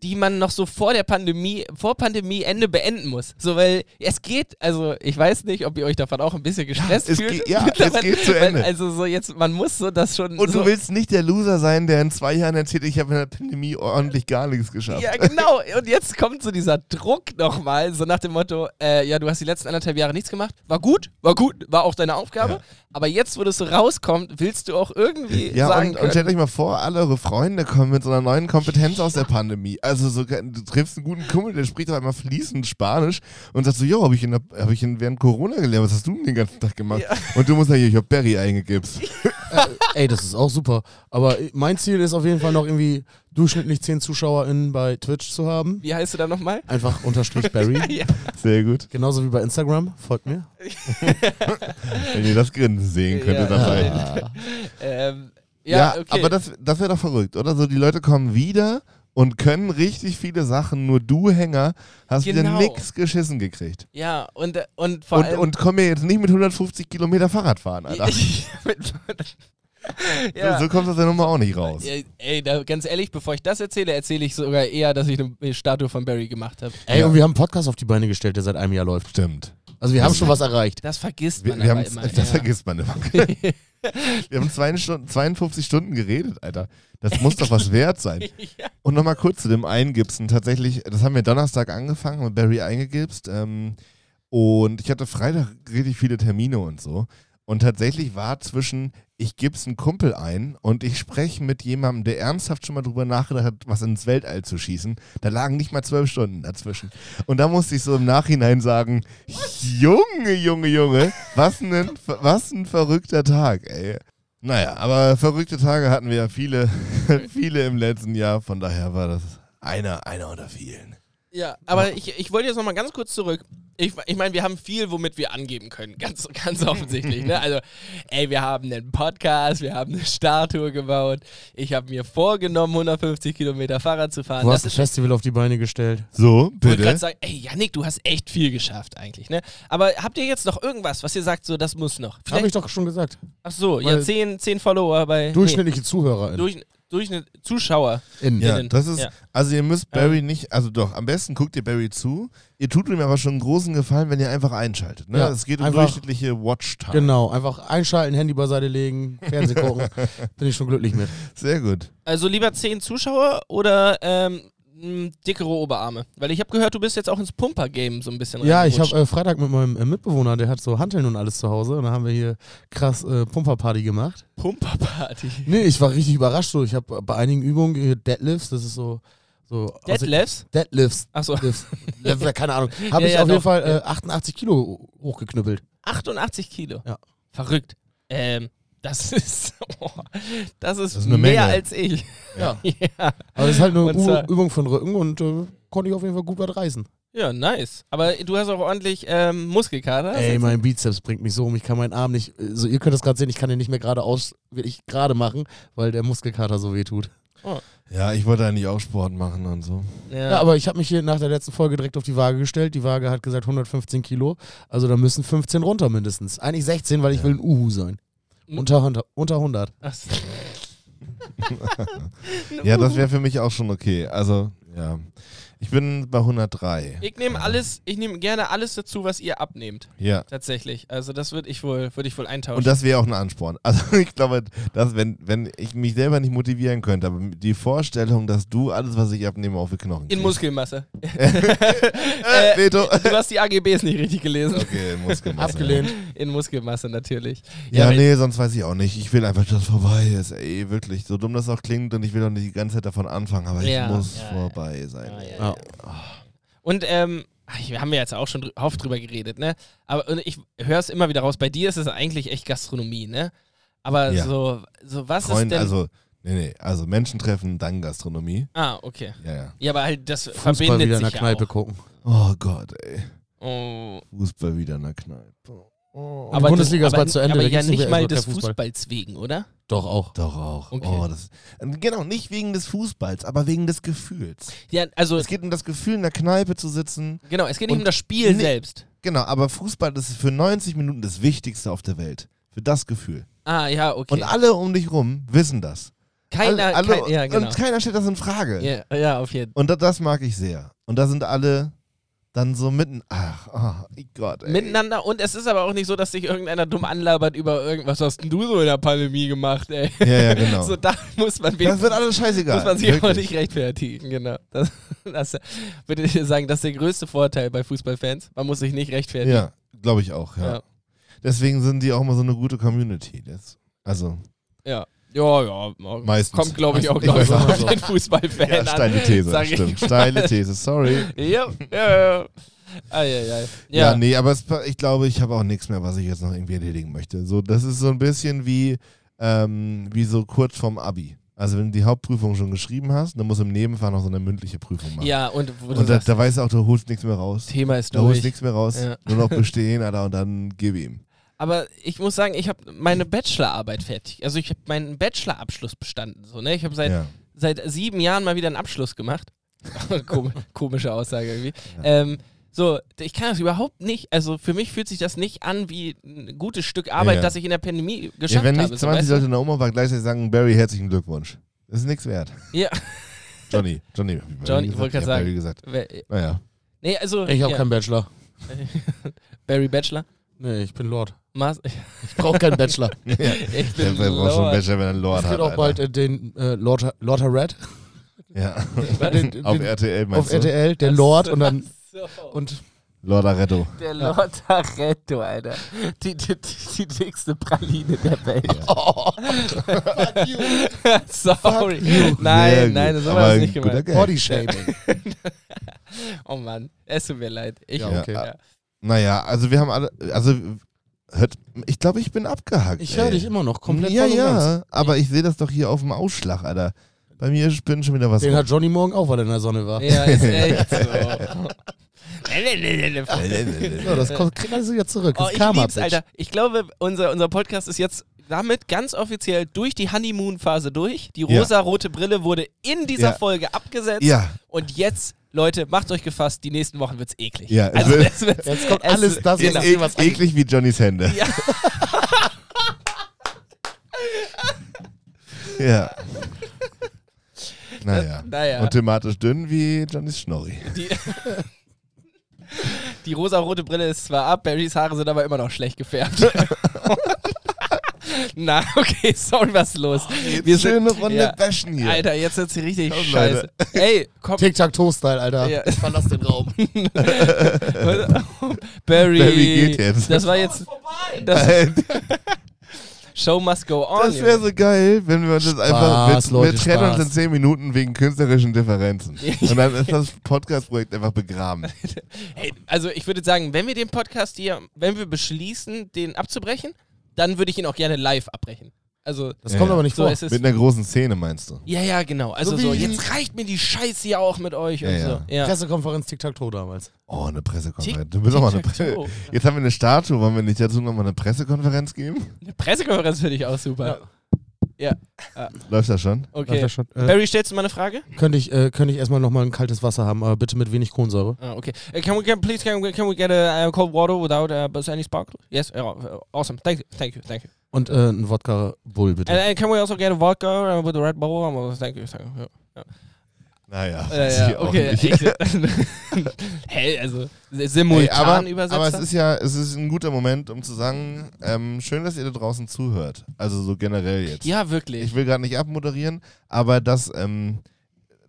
[SPEAKER 4] die man noch so vor der Pandemie, vor Pandemieende beenden muss? So, weil es geht, also ich weiß nicht, ob ihr euch davon auch ein bisschen gestresst
[SPEAKER 1] es
[SPEAKER 4] fühlt.
[SPEAKER 1] geht-
[SPEAKER 4] [LAUGHS]
[SPEAKER 1] ja, es
[SPEAKER 4] Weil-
[SPEAKER 1] geht zu
[SPEAKER 4] weil
[SPEAKER 1] Ende.
[SPEAKER 4] Also so jetzt, man muss so das schon.
[SPEAKER 1] Und
[SPEAKER 4] so,
[SPEAKER 1] du willst nicht der Loser sein, der in zwei Jahren erzählt, ich habe in der Pandemie ordentlich gar nichts geschafft.
[SPEAKER 4] Ja, genau. Und jetzt kommt so dieser Druck nochmal, so nach dem Motto, äh, ja, du hast die letzten anderthalb Jahre nichts gemacht. War gut, war gut, war auch deine Aufgabe.
[SPEAKER 1] Ja.
[SPEAKER 4] Aber jetzt, wo das so rauskommt, willst du auch irgendwie
[SPEAKER 1] Ja, und,
[SPEAKER 4] sagen
[SPEAKER 1] und
[SPEAKER 4] können,
[SPEAKER 1] stellt euch mal vor, alle eure Freunde kommen mit so einer neuen Kompetenz aus der Pandemie. Also so, du triffst einen guten Kumpel, der spricht auf einmal fließend Spanisch und sagt so, jo, habe ich, in der- hab ich in, während Corona gelernt, was hast du denn den ganzen Tag gemacht? Und du musst sagen, ich habe Barry eingegibst.
[SPEAKER 5] Ey, das ist auch super. Aber mein Ziel ist auf jeden Fall noch irgendwie durchschnittlich 10 ZuschauerInnen bei Twitch zu haben.
[SPEAKER 4] wie heißt du da nochmal?
[SPEAKER 5] Einfach unterstrich Barry.
[SPEAKER 4] Ja.
[SPEAKER 1] Sehr gut.
[SPEAKER 5] Genauso wie bei Instagram. Folgt mir.
[SPEAKER 1] Wenn ihr das Grinsen sehen könnt
[SPEAKER 4] Ja.
[SPEAKER 1] dabei.
[SPEAKER 4] [LAUGHS] Ähm, ja, okay.
[SPEAKER 1] aber das, das wäre doch verrückt, oder? So, die Leute kommen wieder und können richtig viele Sachen, nur du, Hänger, hast wieder
[SPEAKER 4] Genau.
[SPEAKER 1] nix geschissen gekriegt.
[SPEAKER 4] ja, und, äh, und vor
[SPEAKER 1] Und,
[SPEAKER 4] allem. [LAUGHS]
[SPEAKER 1] und komm mir jetzt nicht mit 150 Kilometer Fahrrad fahren, Alter.
[SPEAKER 4] Mit- ja.
[SPEAKER 1] So, so kommst du aus der Nummer auch nicht raus.
[SPEAKER 4] Ja, Ey, da, ganz ehrlich, bevor ich das erzähle, erzähle ich sogar eher, dass ich eine Statue von Barry gemacht habe.
[SPEAKER 5] Ey,
[SPEAKER 1] Ja.
[SPEAKER 5] und wir haben einen Podcast auf die Beine gestellt, der seit einem Jahr läuft.
[SPEAKER 1] Stimmt.
[SPEAKER 5] Also wir haben schon was erreicht.
[SPEAKER 4] Das vergisst
[SPEAKER 1] Wir,
[SPEAKER 4] man
[SPEAKER 1] wir
[SPEAKER 4] aber
[SPEAKER 1] haben, [LAUGHS]
[SPEAKER 4] immer.
[SPEAKER 1] das
[SPEAKER 4] ja.
[SPEAKER 1] vergisst man immer. wir haben zwei Stunden, 52 Stunden geredet, Alter. Das muss doch was wert
[SPEAKER 4] [LAUGHS]
[SPEAKER 1] sein. Und nochmal kurz zu dem Eingipsen. Tatsächlich, das haben wir Donnerstag angefangen, mit Barry eingegipst. Ähm, und ich hatte Freitag richtig viele Termine und so. Und tatsächlich war zwischen, ich gib's einen Kumpel ein und ich spreche mit jemandem, der ernsthaft schon mal drüber nachgedacht hat, was ins Weltall zu schießen. Da lagen nicht mal zwölf Stunden dazwischen. Und da musste ich so im Nachhinein sagen, Junge, Junge, Junge, was ein, was ein verrückter Tag, ey. Naja, aber verrückte Tage hatten wir ja viele, [LAUGHS] viele im letzten Jahr. Von daher war das einer, einer unter vielen.
[SPEAKER 4] Ja, aber ich, ich wollte jetzt nochmal ganz kurz zurück. Ich, ich meine, wir haben viel, womit wir angeben können. Ganz, ganz offensichtlich. ne? Also, ey, wir haben einen Podcast, wir haben eine Statue gebaut. Ich habe mir vorgenommen, 150 Kilometer Fahrrad zu fahren.
[SPEAKER 5] Du
[SPEAKER 4] Das
[SPEAKER 5] hast ein
[SPEAKER 4] ist
[SPEAKER 5] Festival auf die Beine gestellt.
[SPEAKER 1] So,
[SPEAKER 4] Ich wollte
[SPEAKER 1] bitte.
[SPEAKER 4] gerade sagen, ey, Yannick, du hast echt viel geschafft eigentlich, ne? Aber habt ihr jetzt noch irgendwas, was ihr sagt, so, das muss noch?
[SPEAKER 5] Habe ich
[SPEAKER 4] Vielleicht,
[SPEAKER 5] doch schon gesagt.
[SPEAKER 4] ach so, ja,
[SPEAKER 5] weil-
[SPEAKER 4] zehn, zehn Follower bei...
[SPEAKER 5] Durchschnittliche
[SPEAKER 4] Nee,
[SPEAKER 5] ZuhörerInnen.
[SPEAKER 4] durch, durch eine Zuschauer.
[SPEAKER 1] Ja,
[SPEAKER 4] Innen.
[SPEAKER 1] das ist,
[SPEAKER 4] Ja. Ähm.
[SPEAKER 1] also ihr müsst Barry nicht, also doch, am besten guckt ihr Barry zu. Ihr tut ihm aber schon einen großen Gefallen, wenn ihr einfach einschaltet. Ne?
[SPEAKER 5] Ja,
[SPEAKER 1] es geht um
[SPEAKER 5] einfach-
[SPEAKER 1] durchschnittliche Watchtime.
[SPEAKER 5] Genau, einfach einschalten, Handy beiseite legen, Fernsehen gucken. Bin ich schon glücklich mit.
[SPEAKER 1] Sehr gut.
[SPEAKER 4] Also lieber zehn Zuschauer oder ähm, m, dickere Oberarme? Weil ich habe gehört, du bist jetzt auch ins Pumper-Game so ein bisschen
[SPEAKER 5] Ja, ich
[SPEAKER 4] reingerutscht.
[SPEAKER 5] habe äh, Freitag mit meinem äh, Mitbewohner, der hat so Hanteln und alles zu Hause. Und dann haben wir hier krass äh, Pumperparty gemacht.
[SPEAKER 4] Pumper-Party.
[SPEAKER 5] [LAUGHS] Nee, ich war richtig überrascht. So. Ich habe bei einigen Übungen äh, Deadlifts, das ist so. so aus-
[SPEAKER 4] Deadlifts?
[SPEAKER 5] Deadlifts.
[SPEAKER 4] [LAUGHS]
[SPEAKER 5] [LAUGHS]
[SPEAKER 4] Achso,
[SPEAKER 5] Lifts. Lifts, keine Ahnung. Habe
[SPEAKER 4] Ja,
[SPEAKER 5] ich
[SPEAKER 4] ja,
[SPEAKER 5] auf jeden
[SPEAKER 4] doch.
[SPEAKER 5] Fall äh, 88 Kilo hochgeknüppelt.
[SPEAKER 4] 88 Kilo.
[SPEAKER 5] Ja.
[SPEAKER 4] Verrückt. Ähm, das [LAUGHS] ist, oh, das ist,
[SPEAKER 1] Das ist eine
[SPEAKER 4] mehr
[SPEAKER 1] Menge.
[SPEAKER 4] als ich.
[SPEAKER 5] Ja.
[SPEAKER 4] [LAUGHS] ja.
[SPEAKER 5] Aber das ist halt
[SPEAKER 4] [LAUGHS]
[SPEAKER 5] eine
[SPEAKER 4] Und zwar-
[SPEAKER 5] Ü- Übung für den Rücken und äh, konnte ich auf jeden Fall gut was reißen.
[SPEAKER 4] Ja, nice. Aber du hast auch ordentlich ähm, Muskelkater.
[SPEAKER 5] Ey, mein Bizeps bringt mich so um. Ich kann meinen Arm nicht. So, ihr könnt das gerade sehen, ich kann den nicht mehr gerade aus, wirklich gerade machen, weil der Muskelkater so weh tut.
[SPEAKER 1] Ja, ich wollte eigentlich auch Sport machen und so.
[SPEAKER 5] Ja,
[SPEAKER 4] ja.
[SPEAKER 5] aber ich habe mich hier nach der letzten Folge direkt auf die Waage gestellt. Die Waage hat gesagt 115 Kilo. Also da müssen 15 runter mindestens. Eigentlich 16, weil ich will ein Uhu sein.
[SPEAKER 4] Mhm.
[SPEAKER 5] Unter, unter, unter 100.
[SPEAKER 4] Ach so.
[SPEAKER 1] Ja, das wäre für mich auch schon okay. Also, ja. Ich bin bei 103.
[SPEAKER 4] ich nehme alles, ich nehme gerne alles dazu, was ihr abnehmt.
[SPEAKER 1] Ja.
[SPEAKER 4] Tatsächlich. Also das würde ich wohl, würde ich wohl eintauschen.
[SPEAKER 1] Und das wäre auch ein Ansporn. [LAUGHS] Also ich glaube, dass wenn, wenn ich mich selber nicht motivieren könnte, aber die Vorstellung, dass du alles, was ich abnehme, auf die Knochen
[SPEAKER 4] in
[SPEAKER 1] kriegst.
[SPEAKER 5] [LAUGHS]
[SPEAKER 4] Muskelmasse.
[SPEAKER 1] Äh, Veto. [LAUGHS]
[SPEAKER 4] Du hast die AGBs nicht richtig gelesen.
[SPEAKER 1] Okay, Muskelmasse.
[SPEAKER 5] Abgelehnt.
[SPEAKER 4] In Muskelmasse natürlich.
[SPEAKER 1] Ja,
[SPEAKER 4] wenn-
[SPEAKER 1] nee, sonst weiß ich auch nicht. Ich will einfach, dass vorbei ist. Ey, wirklich. So dumm das auch klingt und ich will auch nicht die ganze Zeit davon anfangen, aber
[SPEAKER 4] Ja,
[SPEAKER 1] ich muss
[SPEAKER 4] ja,
[SPEAKER 1] vorbei sein.
[SPEAKER 5] Ja.
[SPEAKER 4] Und ähm, ach, wir haben ja jetzt auch schon drü- oft drüber geredet, ne? Aber und ich höre es immer wieder raus. Bei dir ist es eigentlich echt Gastronomie, ne? Aber
[SPEAKER 1] Ja.
[SPEAKER 4] so, so was ist
[SPEAKER 1] Freunde,
[SPEAKER 4] denn?
[SPEAKER 1] also, nee, nee, also Menschen treffen, dann Gastronomie.
[SPEAKER 4] ah, okay.
[SPEAKER 1] Ja, ja.
[SPEAKER 4] Ja, aber halt das
[SPEAKER 5] Fußball wieder
[SPEAKER 4] verbindet
[SPEAKER 5] in der
[SPEAKER 4] sich
[SPEAKER 5] Kneipe
[SPEAKER 4] ja auch.
[SPEAKER 5] gucken.
[SPEAKER 1] Oh Gott, ey.
[SPEAKER 4] Oh.
[SPEAKER 1] Fußball wieder in der Kneipe. Oh.
[SPEAKER 4] Aber
[SPEAKER 5] Bundesliga ist
[SPEAKER 4] aber,
[SPEAKER 5] bald zu Ende,
[SPEAKER 4] Aber
[SPEAKER 5] da
[SPEAKER 4] ja
[SPEAKER 5] gibt's nicht
[SPEAKER 4] nicht
[SPEAKER 5] mehr-
[SPEAKER 4] mal
[SPEAKER 5] also
[SPEAKER 4] des
[SPEAKER 5] kein Fußball.
[SPEAKER 4] Fußballs wegen, oder?
[SPEAKER 5] Doch auch.
[SPEAKER 1] Doch auch.
[SPEAKER 4] Okay.
[SPEAKER 1] Oh, das, genau, nicht wegen des Fußballs, aber wegen des Gefühls.
[SPEAKER 4] Ja, also
[SPEAKER 1] Es geht um das Gefühl, in der Kneipe zu sitzen.
[SPEAKER 4] genau, es geht nicht
[SPEAKER 1] und
[SPEAKER 4] um das Spiel
[SPEAKER 1] nee.
[SPEAKER 4] selbst.
[SPEAKER 1] Genau, aber Fußball ist für 90 Minuten das Wichtigste auf der Welt. Für das Gefühl.
[SPEAKER 4] Ah, ja, okay.
[SPEAKER 1] Und alle um dich rum wissen das.
[SPEAKER 4] keiner,
[SPEAKER 1] alle, alle,
[SPEAKER 4] kein, ja, genau.
[SPEAKER 1] Und keiner stellt das in Frage.
[SPEAKER 4] Ja, ja, auf jeden Fall.
[SPEAKER 1] Und da, das mag ich sehr. Und da sind alle dann so mitten. Ach, oh Gott, ey.
[SPEAKER 4] Miteinander. Und es ist aber auch nicht so, dass sich irgendeiner dumm anlabert über irgendwas, was hast denn du so in der Pandemie gemacht, ey.
[SPEAKER 1] Ja, ja, genau.
[SPEAKER 4] [LAUGHS] So, da muss man
[SPEAKER 1] das wird
[SPEAKER 4] wenigstens-
[SPEAKER 1] alles scheißegal.
[SPEAKER 4] muss man sich auch
[SPEAKER 1] Wirklich.
[SPEAKER 4] nicht rechtfertigen, genau. Das, das würde ich sagen, das ist der größte Vorteil bei Fußballfans. Man muss sich nicht rechtfertigen.
[SPEAKER 1] Ja, glaube ich auch, ja.
[SPEAKER 4] Ja.
[SPEAKER 1] Deswegen sind die auch mal so eine gute Community. Das, also,
[SPEAKER 4] Ja, ja, ja.
[SPEAKER 1] Meistens.
[SPEAKER 4] Kommt, glaube ich, auch
[SPEAKER 1] Ich
[SPEAKER 4] noch
[SPEAKER 1] weiß
[SPEAKER 4] so
[SPEAKER 1] auch
[SPEAKER 4] auf
[SPEAKER 1] so.
[SPEAKER 4] den Fußballfan
[SPEAKER 1] ja,
[SPEAKER 4] an.
[SPEAKER 1] steile These,
[SPEAKER 4] Sag ich
[SPEAKER 1] stimmt.
[SPEAKER 4] mal.
[SPEAKER 1] Steile These, sorry.
[SPEAKER 4] Ja, ja, ja. Eieiei.
[SPEAKER 1] Ja.
[SPEAKER 4] Ja,
[SPEAKER 1] nee, aber es, ich glaube, ich habe auch nichts mehr, was ich jetzt noch irgendwie erledigen möchte. So, das ist so ein bisschen wie, ähm, wie so kurz vorm Abi. Also, wenn du die Hauptprüfung schon geschrieben hast, dann musst du im Nebenfach noch so eine mündliche Prüfung machen.
[SPEAKER 4] ja und wo du
[SPEAKER 1] Und da,
[SPEAKER 4] sagst,
[SPEAKER 1] da weißt du auch, du holst nichts mehr raus.
[SPEAKER 4] das Thema ist
[SPEAKER 1] Da holst
[SPEAKER 4] durch.
[SPEAKER 1] nichts mehr raus,
[SPEAKER 4] Ja.
[SPEAKER 1] nur noch bestehen, Alter, und dann gib ihm.
[SPEAKER 4] Aber ich muss sagen, ich habe meine Bachelorarbeit fertig. Also ich habe meinen Bachelorabschluss bestanden. So, ne? Ich habe seit,
[SPEAKER 1] Ja.
[SPEAKER 4] seit sieben Jahren mal wieder einen Abschluss
[SPEAKER 1] [LAUGHS]
[SPEAKER 4] gemacht. [LAUGHS] Kom komische Aussage irgendwie. Ähm, so, ich kann das überhaupt nicht, also für mich fühlt sich das nicht an wie ein gutes Stück Arbeit,
[SPEAKER 1] Ja.
[SPEAKER 4] das ich in der Pandemie
[SPEAKER 1] ja,
[SPEAKER 4] geschafft
[SPEAKER 1] wenn
[SPEAKER 4] habe.
[SPEAKER 1] nicht 20
[SPEAKER 4] so, weißt
[SPEAKER 1] Leute in der Oma war, gleichzeitig sagen, Barry, herzlichen Glückwunsch. Das ist nichts wert.
[SPEAKER 4] du? Ja,
[SPEAKER 1] [LAUGHS] Johnny, Johnny. hab Barry
[SPEAKER 4] Johnny,
[SPEAKER 1] gesagt?
[SPEAKER 4] wollte grad
[SPEAKER 1] Ja,
[SPEAKER 4] sagen.
[SPEAKER 1] Barry gesagt.
[SPEAKER 4] wer- äh,
[SPEAKER 1] Naja.
[SPEAKER 4] nee, also
[SPEAKER 5] Ich habe
[SPEAKER 4] ja.
[SPEAKER 5] keinen Bachelor.
[SPEAKER 4] Barry Bachelor.
[SPEAKER 5] Nee, ich bin Lord.
[SPEAKER 4] Mas
[SPEAKER 5] Ich brauche keinen [LAUGHS] Bachelor.
[SPEAKER 1] ich
[SPEAKER 4] [LAUGHS]
[SPEAKER 1] [LAUGHS]
[SPEAKER 4] ich
[SPEAKER 1] Der
[SPEAKER 4] bin
[SPEAKER 1] braucht schon
[SPEAKER 4] Lord.
[SPEAKER 1] Bachelor, wenn er einen Lord
[SPEAKER 5] Es
[SPEAKER 1] hat.
[SPEAKER 5] gibt auch
[SPEAKER 1] Alter.
[SPEAKER 5] bald äh, den äh, Lord, Lord Red
[SPEAKER 1] Ja.
[SPEAKER 5] Den-
[SPEAKER 1] [LAUGHS]
[SPEAKER 5] den-
[SPEAKER 1] auf RTL meinst
[SPEAKER 5] auf
[SPEAKER 1] du?
[SPEAKER 5] RTL, der
[SPEAKER 4] [LAUGHS]
[SPEAKER 5] Lord und dann
[SPEAKER 4] So.
[SPEAKER 5] und
[SPEAKER 1] Lordaretto.
[SPEAKER 4] Der Lotteretto, Alter. Die, die, die, die dickste Praline
[SPEAKER 1] [LAUGHS]
[SPEAKER 4] der Welt. Sorry.
[SPEAKER 1] Sehr
[SPEAKER 4] Nein,
[SPEAKER 1] gut.
[SPEAKER 4] nein, das haben
[SPEAKER 1] Aber
[SPEAKER 4] wir nicht
[SPEAKER 1] guter
[SPEAKER 4] gemeint.
[SPEAKER 1] Gag.
[SPEAKER 5] Body
[SPEAKER 1] [LAUGHS]
[SPEAKER 5] Shaming.
[SPEAKER 4] Oh Mann, es tut mir leid. Ich,
[SPEAKER 5] Ja,
[SPEAKER 1] okay.
[SPEAKER 4] ja.
[SPEAKER 1] Naja, also wir haben alle, also hört, ich glaube, ich bin abgehackt.
[SPEAKER 5] Ich höre
[SPEAKER 1] ey.
[SPEAKER 5] dich immer noch komplett.
[SPEAKER 1] Ja,
[SPEAKER 5] voll und ganz.
[SPEAKER 1] ja, aber ich sehe das doch hier auf dem Ausschlag, Alter. Bei mir spinnt schon wieder was.
[SPEAKER 5] Den
[SPEAKER 1] rum. [LAUGHS]
[SPEAKER 5] hat [LAUGHS] Johnny morgen auch, weil er in der Sonne war.
[SPEAKER 4] [LAUGHS] ja, ist echt so.
[SPEAKER 5] Ja, Genau, das kommt, kriegt alles wieder zurück.
[SPEAKER 4] oh,
[SPEAKER 5] das
[SPEAKER 4] ich
[SPEAKER 5] Karma,
[SPEAKER 4] lieb's,
[SPEAKER 5] Bitch.
[SPEAKER 4] Alter. Ich glaube, unser, unser Podcast ist jetzt damit ganz offiziell durch die Honeymoon-Phase durch. Die
[SPEAKER 1] Ja.
[SPEAKER 4] rosa-rote Brille wurde in dieser
[SPEAKER 1] Ja.
[SPEAKER 4] Folge abgesetzt.
[SPEAKER 1] ja,
[SPEAKER 4] Und jetzt, Leute, macht euch gefasst, die nächsten Wochen wird's eklig.
[SPEAKER 1] Ja, es
[SPEAKER 4] also, [LAUGHS]
[SPEAKER 1] wird-
[SPEAKER 4] es wird's,
[SPEAKER 5] Jetzt kommt
[SPEAKER 4] es-
[SPEAKER 5] alles das,
[SPEAKER 1] ist
[SPEAKER 5] was
[SPEAKER 1] e eklig wie Johnnys Hände.
[SPEAKER 4] Ja.
[SPEAKER 1] [LAUGHS] ja. Naja.
[SPEAKER 4] Naja.
[SPEAKER 1] Und thematisch dünn wie Johnnys Schnorri.
[SPEAKER 4] Die, die rosarote Brille ist zwar ab, Barrys Haare sind aber immer noch
[SPEAKER 1] [LAUGHS]
[SPEAKER 4] schlecht gefärbt. Na, okay, sorry, was ist los? Wir sind-
[SPEAKER 1] Schöne Runde
[SPEAKER 4] ja.
[SPEAKER 1] bashen hier.
[SPEAKER 4] Alter, jetzt wird's hier richtig
[SPEAKER 1] Komm,
[SPEAKER 4] scheiße. Ey, komm.
[SPEAKER 5] Tic-Tac-Toe-Style, Alter.
[SPEAKER 4] Ja.
[SPEAKER 5] Ich verlass den Raum.
[SPEAKER 4] Barry,
[SPEAKER 1] Barry geht jetzt.
[SPEAKER 4] das war jetzt. Das,
[SPEAKER 1] [LAUGHS]
[SPEAKER 4] Show must go on.
[SPEAKER 1] Das wäre
[SPEAKER 4] Junge.
[SPEAKER 1] so geil, wenn wir uns das einfach.
[SPEAKER 5] Spaß,
[SPEAKER 1] Wir,
[SPEAKER 5] Leute,
[SPEAKER 1] wir trennen uns
[SPEAKER 5] Spaß.
[SPEAKER 1] in 10 Minuten wegen künstlerischen Differenzen.
[SPEAKER 4] Ja.
[SPEAKER 1] Und dann ist das Podcast-Projekt einfach begraben.
[SPEAKER 4] Ey, also ich würde sagen, wenn wir den Podcast hier, wenn wir beschließen, den abzubrechen, dann würde ich ihn auch gerne live abbrechen. Also
[SPEAKER 5] Das
[SPEAKER 1] Ja,
[SPEAKER 5] kommt
[SPEAKER 1] ja.
[SPEAKER 5] aber nicht
[SPEAKER 4] so
[SPEAKER 5] vor.
[SPEAKER 4] es ist.
[SPEAKER 1] Mit einer großen Szene, meinst du?
[SPEAKER 4] Ja, ja, genau. Also
[SPEAKER 5] wie-
[SPEAKER 4] so, jetzt reicht mir die Scheiße ja auch mit euch und
[SPEAKER 1] Ja,
[SPEAKER 4] so. Ja.
[SPEAKER 5] Pressekonferenz Tic-Tac-Toe damals.
[SPEAKER 1] Oh, eine Pressekonferenz.
[SPEAKER 4] Tic-
[SPEAKER 1] Du bist auch mal eine Pre
[SPEAKER 4] Tic-Tac-Toe.
[SPEAKER 1] Jetzt haben wir eine Statue. Wollen wir nicht dazu nochmal eine Pressekonferenz geben?
[SPEAKER 4] Eine Pressekonferenz finde ich auch super. Ja,
[SPEAKER 1] Läuft das schon?
[SPEAKER 4] okay.
[SPEAKER 5] Schon, äh,
[SPEAKER 4] Barry, stellst du mal eine Frage?
[SPEAKER 5] könnte ich, äh, könnte ich erstmal nochmal ein kaltes Wasser haben, aber bitte mit wenig Kohlensäure.
[SPEAKER 4] Ah, okay. Äh, can we get, please, can we, can we get a uh, cold water without uh, but any sparkle? Yes, yeah, uh, awesome. Thank you, thank you, thank you.
[SPEAKER 5] Und äh, ein Wodka Bull, bitte.
[SPEAKER 4] And, and can we also get a vodka uh, with a Red Bull? Um, thank you, thank you.
[SPEAKER 1] Naja.
[SPEAKER 4] Ja,
[SPEAKER 1] weiß
[SPEAKER 4] ja,
[SPEAKER 1] ich
[SPEAKER 4] ja
[SPEAKER 1] auch
[SPEAKER 4] okay.
[SPEAKER 1] nicht.
[SPEAKER 4] [LAUGHS] Hey, also
[SPEAKER 1] Ey,
[SPEAKER 4] simultan
[SPEAKER 1] aber,
[SPEAKER 4] übersetzt.
[SPEAKER 1] aber es ist ja, es ist ein guter Moment, um zu sagen, ähm, schön, dass ihr da draußen zuhört. Also so generell jetzt.
[SPEAKER 4] ja, wirklich.
[SPEAKER 1] Ich will gerade nicht abmoderieren, aber das, ähm,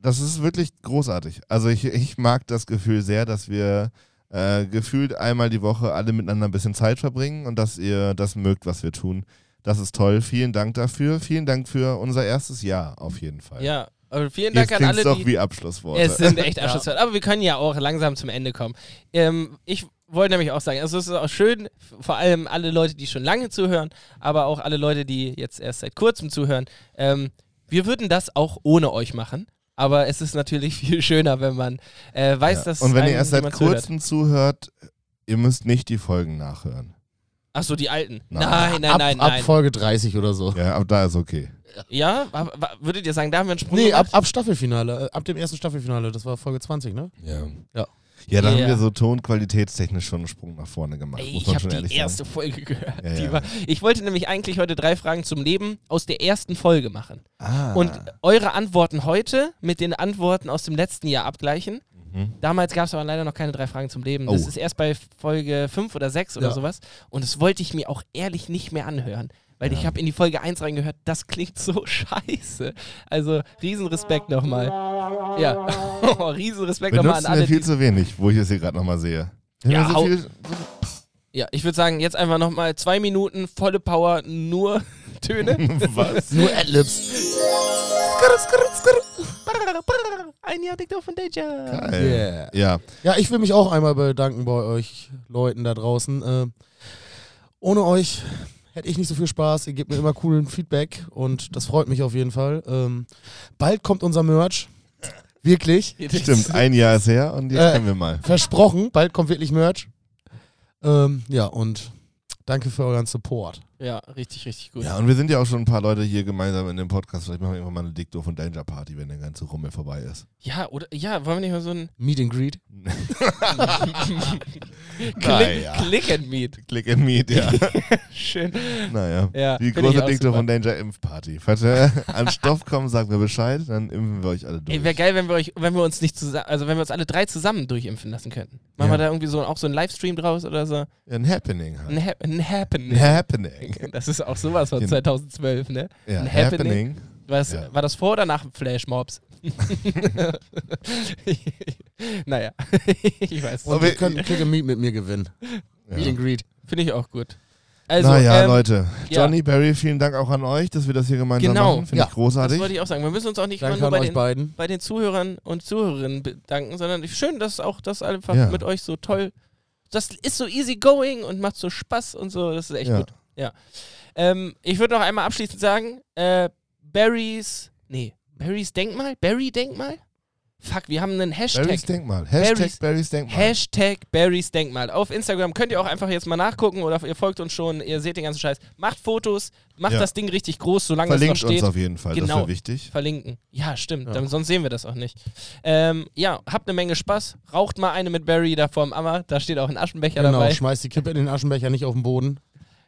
[SPEAKER 1] das ist wirklich großartig. Also ich, ich mag das Gefühl sehr, dass wir äh, gefühlt einmal die Woche alle miteinander ein bisschen Zeit verbringen und dass ihr das mögt, was wir tun. Das ist toll. Vielen Dank dafür. Vielen Dank für unser erstes Jahr auf jeden Fall.
[SPEAKER 4] Ja, Aber vielen
[SPEAKER 1] Jetzt
[SPEAKER 4] Dank an
[SPEAKER 1] klingt
[SPEAKER 4] alle,
[SPEAKER 1] es doch
[SPEAKER 4] die
[SPEAKER 1] wie Abschlussworte.
[SPEAKER 4] Es
[SPEAKER 1] [LAUGHS]
[SPEAKER 4] sind echt Abschlussworte. Aber wir können ja auch langsam zum Ende kommen. Ähm, ich wollte nämlich auch sagen, also es ist auch schön, f- vor allem alle Leute, die schon lange zuhören, aber auch alle Leute, die jetzt erst seit kurzem zuhören. Ähm, wir würden das auch ohne euch machen. Aber es ist natürlich [LAUGHS] viel schöner, wenn man äh, weiß,
[SPEAKER 1] Ja.
[SPEAKER 4] dass
[SPEAKER 1] Und wenn ihr
[SPEAKER 4] einem
[SPEAKER 1] erst seit
[SPEAKER 4] jemand zuhört.
[SPEAKER 1] kurzem zuhört, ihr müsst nicht die Folgen nachhören.
[SPEAKER 4] Ach so, die alten.
[SPEAKER 1] Nein.
[SPEAKER 4] Nein, nein,
[SPEAKER 5] ab,
[SPEAKER 4] nein,
[SPEAKER 5] Ab
[SPEAKER 4] nein.
[SPEAKER 5] Folge 30 oder so.
[SPEAKER 1] Ja, aber da ist okay.
[SPEAKER 4] ja, aber- aber würdet ihr sagen, da haben wir einen Sprung
[SPEAKER 5] Nee, ab,
[SPEAKER 4] gemacht?
[SPEAKER 5] ab Staffelfinale, äh, ab dem ersten Staffelfinale, das war Folge 20, ne?
[SPEAKER 1] Ja.
[SPEAKER 5] Ja.
[SPEAKER 1] Ja, da
[SPEAKER 4] Ja.
[SPEAKER 1] haben wir so tonqualitätstechnisch schon einen Sprung nach vorne gemacht.
[SPEAKER 4] Ey,
[SPEAKER 1] muss
[SPEAKER 4] ich
[SPEAKER 1] man schon
[SPEAKER 4] habe
[SPEAKER 1] ehrlich
[SPEAKER 4] die erste Folge gehört.
[SPEAKER 1] Ja,
[SPEAKER 4] die
[SPEAKER 1] ja.
[SPEAKER 4] War, ich wollte nämlich eigentlich heute drei Fragen zum Leben aus der ersten Folge machen.
[SPEAKER 1] sagen. Ah.
[SPEAKER 4] Und eure Antworten heute mit den Antworten aus dem letzten Jahr abgleichen.
[SPEAKER 1] Mhm.
[SPEAKER 4] Damals gab es aber leider noch keine drei Fragen zum Leben.
[SPEAKER 1] Oh.
[SPEAKER 4] Das ist erst bei Folge 5 oder 6 oder
[SPEAKER 5] Ja.
[SPEAKER 4] sowas. Und das wollte ich mir auch ehrlich nicht mehr anhören. Weil ich habe in die Folge 1 reingehört, das klingt so [LAUGHS] scheiße. Also Riesenrespekt nochmal. Ja, [LAUGHS] Oh, Riesenrespekt
[SPEAKER 1] Wir
[SPEAKER 4] nochmal an
[SPEAKER 1] nutzen
[SPEAKER 4] alle.
[SPEAKER 1] ja viel
[SPEAKER 4] die-
[SPEAKER 1] zu wenig, wo ich das hier gerade nochmal sehe. Wir
[SPEAKER 4] Ja,
[SPEAKER 1] haben
[SPEAKER 4] hau-
[SPEAKER 1] so viel, [LAUGHS]
[SPEAKER 4] ja, ich würde sagen, jetzt einfach nochmal zwei Minuten, volle Power, nur [LAUGHS] Töne. [LAUGHS]
[SPEAKER 1] was?
[SPEAKER 5] Nur Adlibs.
[SPEAKER 4] Ein Jahr dick auf von Danger.
[SPEAKER 1] Geil.
[SPEAKER 5] Yeah.
[SPEAKER 1] Ja,
[SPEAKER 5] Ja, ich will mich auch einmal bedanken bei euch Leuten da draußen. Äh, ohne euch hätte ich nicht so viel Spaß. Ihr gebt mir immer coolen Feedback und das freut mich auf jeden Fall. Ähm, bald kommt unser Merch. Wirklich.
[SPEAKER 1] stimmt. Ein Jahr ist her und jetzt
[SPEAKER 5] Äh,
[SPEAKER 1] können wir mal.
[SPEAKER 5] Versprochen, bald kommt wirklich Merch. Ähm, ja, und danke für euren Support.
[SPEAKER 4] Ja, richtig, richtig gut.
[SPEAKER 1] Ja, und wir sind ja auch schon ein paar Leute hier gemeinsam in dem Podcast. Vielleicht machen wir irgendwann mal eine Dick Doof und Danger Party, wenn der ganze Rummel vorbei ist.
[SPEAKER 4] Ja, oder ja, wollen wir nicht
[SPEAKER 1] [LAUGHS]
[SPEAKER 4] mal so ein
[SPEAKER 5] Meet and Greet.
[SPEAKER 4] Click,
[SPEAKER 1] Naja.
[SPEAKER 4] Click and Meet.
[SPEAKER 1] Click and Meet, ja.
[SPEAKER 4] Schön.
[SPEAKER 1] [LAUGHS] naja.
[SPEAKER 4] Ja,
[SPEAKER 1] Die
[SPEAKER 4] find ich
[SPEAKER 1] große
[SPEAKER 4] auch
[SPEAKER 1] Dick Doof
[SPEAKER 4] super.
[SPEAKER 1] und Danger Impfparty. Falls wir [LAUGHS] an Stoff kommen, sagt mir Bescheid, dann impfen wir euch alle durch.
[SPEAKER 4] Ey, wäre geil, wenn wir euch, wenn wir uns nicht zusammen, also wenn wir uns alle drei zusammen durchimpfen lassen könnten. Machen
[SPEAKER 1] Ja.
[SPEAKER 4] wir da irgendwie so auch so einen Livestream draus oder so.
[SPEAKER 1] Ein Happening halt.
[SPEAKER 4] Ein, Hap ein Happening.
[SPEAKER 1] Ein Happening.
[SPEAKER 4] Das ist auch sowas von
[SPEAKER 1] Genau.
[SPEAKER 4] 2012, ne?
[SPEAKER 1] Ja,
[SPEAKER 4] Ein
[SPEAKER 1] Happening.
[SPEAKER 4] Was,
[SPEAKER 1] Ja.
[SPEAKER 4] War das vor oder nach Flash Mobs? [LAUGHS] naja, [LAUGHS] ich weiß.
[SPEAKER 5] Und
[SPEAKER 1] Aber
[SPEAKER 5] ihr
[SPEAKER 1] ich-
[SPEAKER 5] könnt ein Click and Meet mit mir gewinnen. Meet and Greet.
[SPEAKER 4] Finde ich auch gut. Also,
[SPEAKER 1] naja,
[SPEAKER 4] ähm,
[SPEAKER 1] Leute.
[SPEAKER 4] ja.
[SPEAKER 1] Johnny, Barry, vielen Dank auch an euch, dass wir das hier gemeinsam
[SPEAKER 4] Genau.
[SPEAKER 1] machen. Finde
[SPEAKER 5] Ja.
[SPEAKER 1] ich
[SPEAKER 4] das
[SPEAKER 1] großartig.
[SPEAKER 4] wollte ich auch sagen. Wir müssen uns auch nicht immer
[SPEAKER 5] Danke
[SPEAKER 4] nur
[SPEAKER 5] an
[SPEAKER 4] bei
[SPEAKER 5] euch
[SPEAKER 4] den
[SPEAKER 5] beiden.
[SPEAKER 4] bei den Zuhörern und Zuhörerinnen bedanken, sondern ich- schön, dass auch das einfach
[SPEAKER 1] Ja.
[SPEAKER 4] mit euch so toll. Das ist so easy going und macht so Spaß und so. Das ist echt
[SPEAKER 1] Ja.
[SPEAKER 4] gut. Ja. Ähm, ich würde noch einmal abschließend sagen, äh, Barrys, nee, Barrys Denkmal, Barry Denkmal. Fuck, wir haben einen Hashtag.
[SPEAKER 1] Barrys Denkmal. Hashtag
[SPEAKER 4] Barry's-
[SPEAKER 1] Barry's, Denkmal.
[SPEAKER 4] Hashtag Barrys Denkmal. Auf Instagram könnt ihr auch einfach jetzt mal nachgucken oder ihr folgt uns schon, ihr seht den ganzen Scheiß. Macht Fotos, macht
[SPEAKER 1] Ja.
[SPEAKER 4] das Ding richtig groß, solange es noch
[SPEAKER 1] Verlinkt uns
[SPEAKER 4] steht.
[SPEAKER 1] auf jeden Fall, das
[SPEAKER 4] Genau.
[SPEAKER 1] wäre wichtig.
[SPEAKER 4] Verlinken. Ja, stimmt.
[SPEAKER 5] Ja.
[SPEAKER 4] Dann, sonst sehen wir das auch nicht. Ähm, ja, habt eine Menge Spaß. Raucht mal eine mit Barry da vorm Ammer. Da steht auch ein Aschenbecher
[SPEAKER 5] Genau,
[SPEAKER 4] dabei.
[SPEAKER 5] schmeißt die Kippe in den Aschenbecher nicht auf den Boden.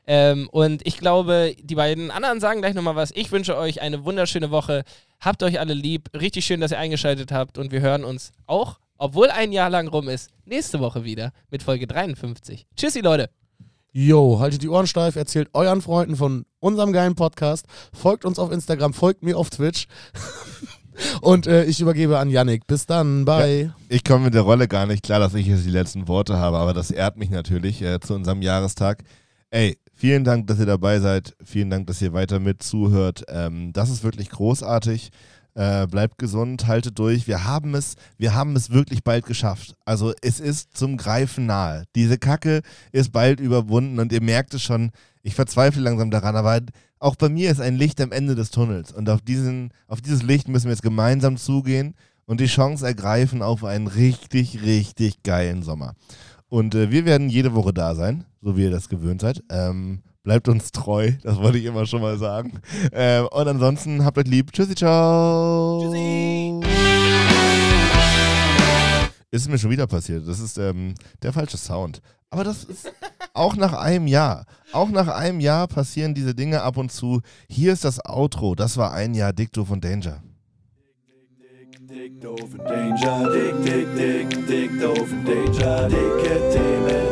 [SPEAKER 4] Ähm, und ich glaube, die beiden anderen sagen gleich nochmal was. Ich wünsche euch eine wunderschöne Woche. Habt euch alle lieb. Richtig schön, dass ihr eingeschaltet habt. Und wir hören uns auch, obwohl ein Jahr lang rum ist, nächste Woche wieder mit Folge 53. Tschüssi, Leute.
[SPEAKER 5] Yo, haltet die Ohren steif, erzählt euren Freunden von unserem geilen Podcast, folgt uns auf Instagram, folgt mir auf Twitch. [LAUGHS] Und äh, ich übergebe an Yannick. Bis dann, bye.
[SPEAKER 1] Ich komme mit der Rolle gar nicht klar, dass ich jetzt die letzten Worte habe, aber das ehrt mich natürlich äh, zu unserem Jahrestag. Ey, vielen Dank, dass ihr dabei seid. Vielen Dank, dass ihr weiter mit zuhört. Ähm, das ist wirklich großartig. Äh, bleibt gesund, haltet durch. Wir haben es, wir haben es wirklich bald geschafft. Also es ist zum Greifen nahe. Diese Kacke ist bald überwunden und ihr merkt es schon, ich verzweifle langsam daran, aber auch bei mir ist ein Licht am Ende des Tunnels. Und auf, diesen, auf dieses Licht müssen wir jetzt gemeinsam zugehen und die Chance ergreifen auf einen richtig, richtig geilen Sommer. Und äh, wir werden jede Woche da sein, so wie ihr das gewöhnt seid. Ähm, bleibt uns treu, das wollte ich immer schon mal sagen. Ähm, und ansonsten habt euch lieb. Tschüssi, ciao. Tschüssi. Ist mir schon wieder passiert. Das ist ähm, der falsche Sound. Aber das ist auch nach einem Jahr. Auch nach einem Jahr passieren diese Dinge ab und zu. Hier ist das Outro. Das war ein Jahr Dicto von Danger.
[SPEAKER 2] Dick, doof and danger, dick, dick, dick, dick, doof and danger, dicke Themen,